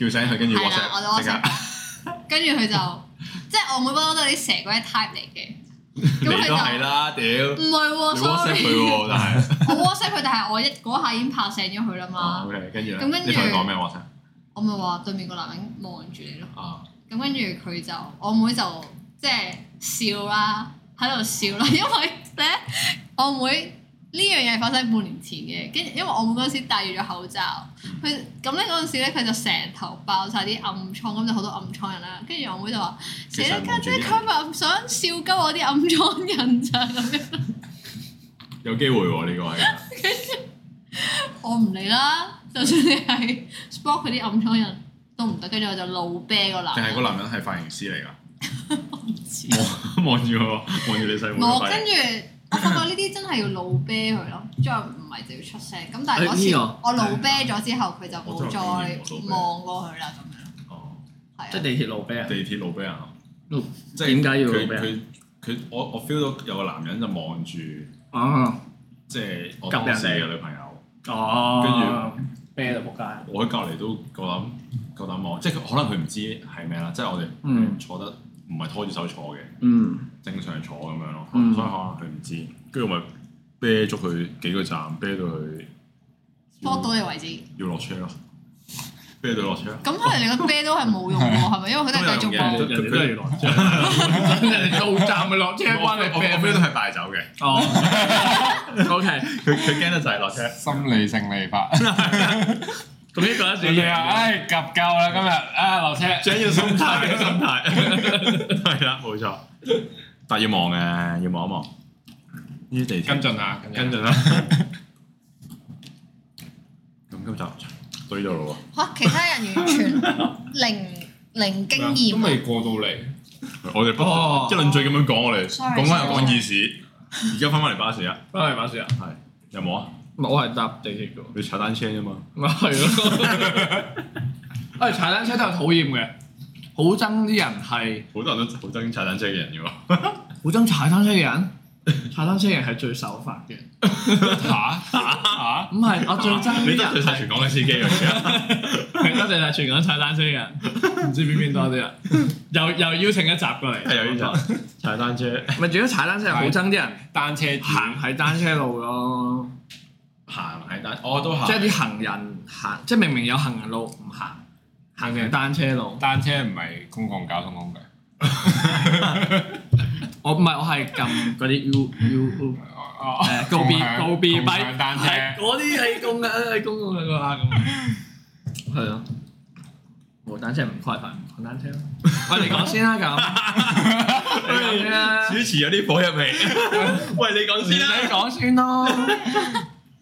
[SPEAKER 3] 叫醒佢跟住
[SPEAKER 1] 係啦，我就
[SPEAKER 3] WhatsApp 即刻
[SPEAKER 1] WhatsApp，跟住佢 就即係我妹不嬲都係啲蛇嗰啲 type 嚟嘅，
[SPEAKER 3] 你
[SPEAKER 1] 咁佢
[SPEAKER 3] 都係
[SPEAKER 1] 就
[SPEAKER 3] 啦，屌
[SPEAKER 1] 唔
[SPEAKER 3] 你
[SPEAKER 1] 係喎
[SPEAKER 3] WhatsApp
[SPEAKER 1] ，sorry，
[SPEAKER 3] 佢喎，但係。
[SPEAKER 1] 我 WhatsApp 佢，但係我一嗰下已經拍醒咗佢啦
[SPEAKER 3] 哦
[SPEAKER 1] 嘛，
[SPEAKER 3] ，OK，跟住咧
[SPEAKER 1] 啊咁跟住
[SPEAKER 3] 你同佢講咩話先？
[SPEAKER 1] 我咪話對面個男人望住你咯。
[SPEAKER 3] 啊，
[SPEAKER 1] 咁跟住佢就我妹就即係笑啦，喺度笑啦，因為咧 我妹呢樣嘢係發生喺半年前嘅，跟住因為我妹嗰陣時戴住咗口罩，佢咁咧嗰陣時咧佢就成頭爆晒啲暗瘡，咁就好多暗瘡人啦。跟住我妹就話：死
[SPEAKER 3] 其實
[SPEAKER 1] 啦
[SPEAKER 3] 係
[SPEAKER 1] 家
[SPEAKER 3] 望住
[SPEAKER 1] 姐，
[SPEAKER 3] 啲
[SPEAKER 1] 佢咪唔想笑鳩我啲暗瘡人咋咁樣。
[SPEAKER 3] 有機會喎呢個係，
[SPEAKER 1] 我唔理啦，就算你係 spot 佢啲暗瘡人都唔得，跟住我就怒啤個男
[SPEAKER 3] 啊定係個
[SPEAKER 1] 人。
[SPEAKER 3] 男人係髮型師嚟㗎？
[SPEAKER 1] 唔知
[SPEAKER 3] 望住我，望住你細妹
[SPEAKER 1] 冇，
[SPEAKER 3] 個髮
[SPEAKER 1] 跟
[SPEAKER 3] 型。
[SPEAKER 1] 住我發覺呢啲真係要老啤佢咯，再唔係就要出聲。咁但係嗰
[SPEAKER 2] 誒呢
[SPEAKER 1] 次
[SPEAKER 2] 個
[SPEAKER 1] 我老啤咗之後，佢就冇再
[SPEAKER 3] 我真係冇見過
[SPEAKER 1] 望過佢啦，
[SPEAKER 3] 哦，
[SPEAKER 1] 咁樣
[SPEAKER 2] 即
[SPEAKER 1] 係
[SPEAKER 2] 係
[SPEAKER 1] 啊。
[SPEAKER 2] 地鐵路啤啊
[SPEAKER 3] 地！鐵路俾人咯，
[SPEAKER 2] 路
[SPEAKER 3] 即
[SPEAKER 2] 點解要
[SPEAKER 3] 佢
[SPEAKER 2] 路俾
[SPEAKER 3] 佢佢我我 feel 到有個男人就望住，
[SPEAKER 2] 啊，
[SPEAKER 3] 即係我
[SPEAKER 2] 撳
[SPEAKER 3] 當
[SPEAKER 2] 人
[SPEAKER 3] 時
[SPEAKER 2] 哋
[SPEAKER 3] 嘅女朋友，
[SPEAKER 2] 哦，跟住啤到仆街。
[SPEAKER 3] 我喺隔離都夠膽夠膽望，即係佢可能佢唔知係咩啦，即係我
[SPEAKER 2] 嗯
[SPEAKER 3] 哋坐得唔係拖住手坐嘅，
[SPEAKER 2] 嗯，
[SPEAKER 3] 正常坐咁樣咯，所
[SPEAKER 2] 嗯
[SPEAKER 3] 以可能佢唔知，跟住我咪啤足佢幾個站，啤到佢要
[SPEAKER 1] 幫到你為止，
[SPEAKER 3] 要落車咯，啤到落車。
[SPEAKER 1] 咁可能你個啤都係冇用喎，係咪？因為佢都係繼續幫
[SPEAKER 3] 都有用嘅
[SPEAKER 1] 你。
[SPEAKER 2] 人哋都係落車，人哋到站咪落車，關你
[SPEAKER 3] 我我
[SPEAKER 2] 啤啊
[SPEAKER 3] feel 到係敗走嘅，
[SPEAKER 2] 哦，OK，
[SPEAKER 3] 佢佢驚得滯落車。
[SPEAKER 4] 心理勝利 法。
[SPEAKER 2] 咁呢個一
[SPEAKER 4] 你
[SPEAKER 2] 定
[SPEAKER 4] 哋啊，唉，及夠啦今日，啊落車。
[SPEAKER 3] 想要心態，心 態係啦，冇錯。但要望嘅，要望一望呢啲地
[SPEAKER 4] 跟
[SPEAKER 3] 鐵。
[SPEAKER 4] 進下，
[SPEAKER 3] 跟進啦。咁今集對到咯
[SPEAKER 1] 嚇，其他人完全 零零經
[SPEAKER 4] 都
[SPEAKER 1] 驗。啊
[SPEAKER 4] 未過到嚟。
[SPEAKER 3] 喎，我哋不
[SPEAKER 2] 哦
[SPEAKER 3] 一論嘴咁樣講，我哋
[SPEAKER 1] Sorry，
[SPEAKER 3] 講翻又
[SPEAKER 1] sorry
[SPEAKER 3] 講耳屎，而家翻返嚟巴士啊，
[SPEAKER 2] 翻嚟馬雪啊！
[SPEAKER 3] 有冇啊？
[SPEAKER 2] 我係搭地鐵嘅喎。
[SPEAKER 3] 你踩單車啫嘛，
[SPEAKER 2] 咪係咯。誒踩單車都係討厭嘅，好憎啲人係
[SPEAKER 3] 好多人都好憎踩單車嘅人嘅喎。
[SPEAKER 2] 好 憎踩單車嘅人，踩單車嘅人係最守法嘅。
[SPEAKER 4] 嚇嚇
[SPEAKER 2] 唔唔係，我最
[SPEAKER 1] 啊
[SPEAKER 2] 憎
[SPEAKER 3] 你
[SPEAKER 2] 啲
[SPEAKER 3] 得
[SPEAKER 2] 人
[SPEAKER 3] 罪晒
[SPEAKER 2] 係
[SPEAKER 3] 全港嘅司機啊！
[SPEAKER 2] 多謝晒全港踩單車嘅人，唔知邊邊多啲人，又又邀請一集過嚟，
[SPEAKER 3] 係有啊呢集踩單車
[SPEAKER 2] 咪主要踩單車係好憎啲人
[SPEAKER 4] 單車主
[SPEAKER 2] 行喺單車路咯，
[SPEAKER 3] 行係單，我都行
[SPEAKER 2] 即係啲行人行，即係明明有行人路唔行，行嘅單車路。
[SPEAKER 4] 單車唔係公共交通工具，
[SPEAKER 2] 我唔係我係撳嗰啲 U à, U
[SPEAKER 4] 哦
[SPEAKER 2] 誒告別告別
[SPEAKER 4] 共享單車
[SPEAKER 2] 係嗰啲係公嘅係公嘅嗰下咁。係咯，冇單車唔規範，唔講單車咯。喂，你講先啦咁，你講先啦。
[SPEAKER 3] 主持有啲火入 味。喂，你講先
[SPEAKER 2] 你
[SPEAKER 3] 啦，
[SPEAKER 2] 講先咯。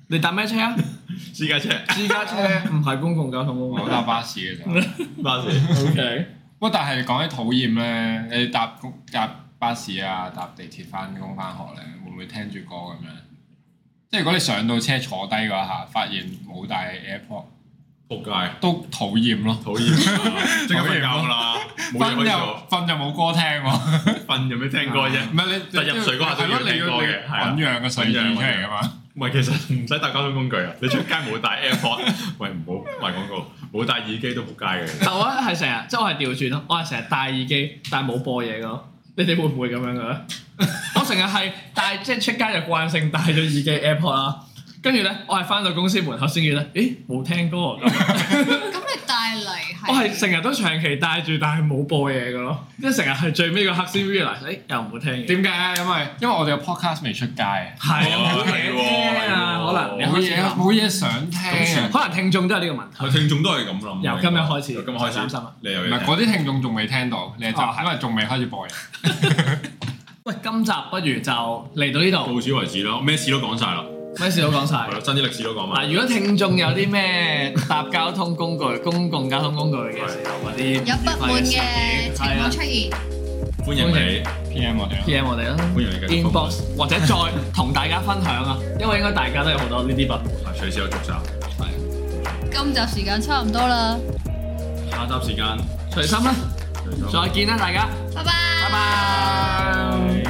[SPEAKER 2] 你搭咩車啊？
[SPEAKER 3] 私家車、
[SPEAKER 2] 私家車唔係公共交通工
[SPEAKER 4] 我
[SPEAKER 2] 具。
[SPEAKER 4] 搭巴士嘅咋。
[SPEAKER 3] 巴士，
[SPEAKER 2] O K。
[SPEAKER 4] 不過但係講起討厭咧，你搭公搭巴士啊，搭地鐵翻工翻學咧，會唔會聽住歌咁樣？即係如果你上到車坐低嗰一下，發現冇帶 AirPod，
[SPEAKER 3] 仆街，
[SPEAKER 4] 都討厭咯。
[SPEAKER 3] 討 厭，即刻瞓覺啦，冇嘢
[SPEAKER 4] 瞓
[SPEAKER 3] 可以
[SPEAKER 4] 又
[SPEAKER 3] 做，
[SPEAKER 4] 瞓就冇歌聽 喎，
[SPEAKER 3] 瞓有咩聽歌啫
[SPEAKER 4] 唔？係你
[SPEAKER 3] 但入睡嗰下都
[SPEAKER 4] 係
[SPEAKER 3] 要
[SPEAKER 4] 咯，你
[SPEAKER 3] 聽歌
[SPEAKER 4] 要你
[SPEAKER 3] 嘅係啊
[SPEAKER 4] 醖釀個睡意出嚟噶嘛？
[SPEAKER 3] 唔係，其實唔使搭交通工具啊！你出街冇帶 AirPod，喂 唔好賣廣告，冇帶耳機都仆街嘅。
[SPEAKER 2] 但我咧係成日，即係我係調轉咯，我係成日戴耳機，但係冇播嘢嘅咯。你哋會唔會咁樣嘅咧？我成日係戴，即係出街就慣性戴咗耳機 AirPod 啦。跟住咧，我係翻到公司門口先至咧，咦冇聽歌喎咁。
[SPEAKER 1] 咁你帶嚟係
[SPEAKER 2] 啊我係成日都長期戴住，但係冇播嘢嘅咯。即係成日係最尾個黑先 realise，誒又冇聽嘢。
[SPEAKER 4] 點解咧？因為因為我哋個 podcast 未出街啊，
[SPEAKER 2] 係啊，
[SPEAKER 3] 哦
[SPEAKER 2] 冇嘢聽啊，
[SPEAKER 3] 係喎
[SPEAKER 2] 可能你
[SPEAKER 4] 冇
[SPEAKER 2] 開始
[SPEAKER 4] 嘢
[SPEAKER 2] 諗
[SPEAKER 4] 冇嘢想聽啊。
[SPEAKER 2] 可能聽眾都有呢個問題。
[SPEAKER 3] 我聽眾都係咁諗。
[SPEAKER 2] 由今日開始
[SPEAKER 3] 由今日開始
[SPEAKER 2] 擔心啊
[SPEAKER 3] 你又
[SPEAKER 4] 唔係嗰啲聽眾仲未聽到，你係
[SPEAKER 2] 哦
[SPEAKER 4] 就因為仲未開始播嘅。
[SPEAKER 2] 喂，今集不如就嚟到呢度，
[SPEAKER 3] 到此為止咯，咩事都講晒啦，
[SPEAKER 2] 咩事都講晒
[SPEAKER 3] 係。咯，真啲歷史都講埋。
[SPEAKER 2] 嗱，如果聽眾有啲咩搭交通工具、 公共交通工具嘅時候嗰啲
[SPEAKER 1] 有不滿嘅情
[SPEAKER 2] 係
[SPEAKER 1] 況
[SPEAKER 2] 啊
[SPEAKER 1] 出現，
[SPEAKER 3] 歡迎你，
[SPEAKER 4] P.M. 我哋啦，
[SPEAKER 2] ，PM 我哋啦
[SPEAKER 3] 歡迎你繼續 follow
[SPEAKER 2] ，inbox 或者再同大家分享啊，因為應該大家都有好多呢啲不滿。
[SPEAKER 3] 我隨時有續集。
[SPEAKER 1] 今集時間差唔多啦，
[SPEAKER 3] 下集時間，
[SPEAKER 2] 隨心啦，
[SPEAKER 3] 繼續
[SPEAKER 2] 再見啦，大家，
[SPEAKER 1] 拜拜
[SPEAKER 2] 拜。拜。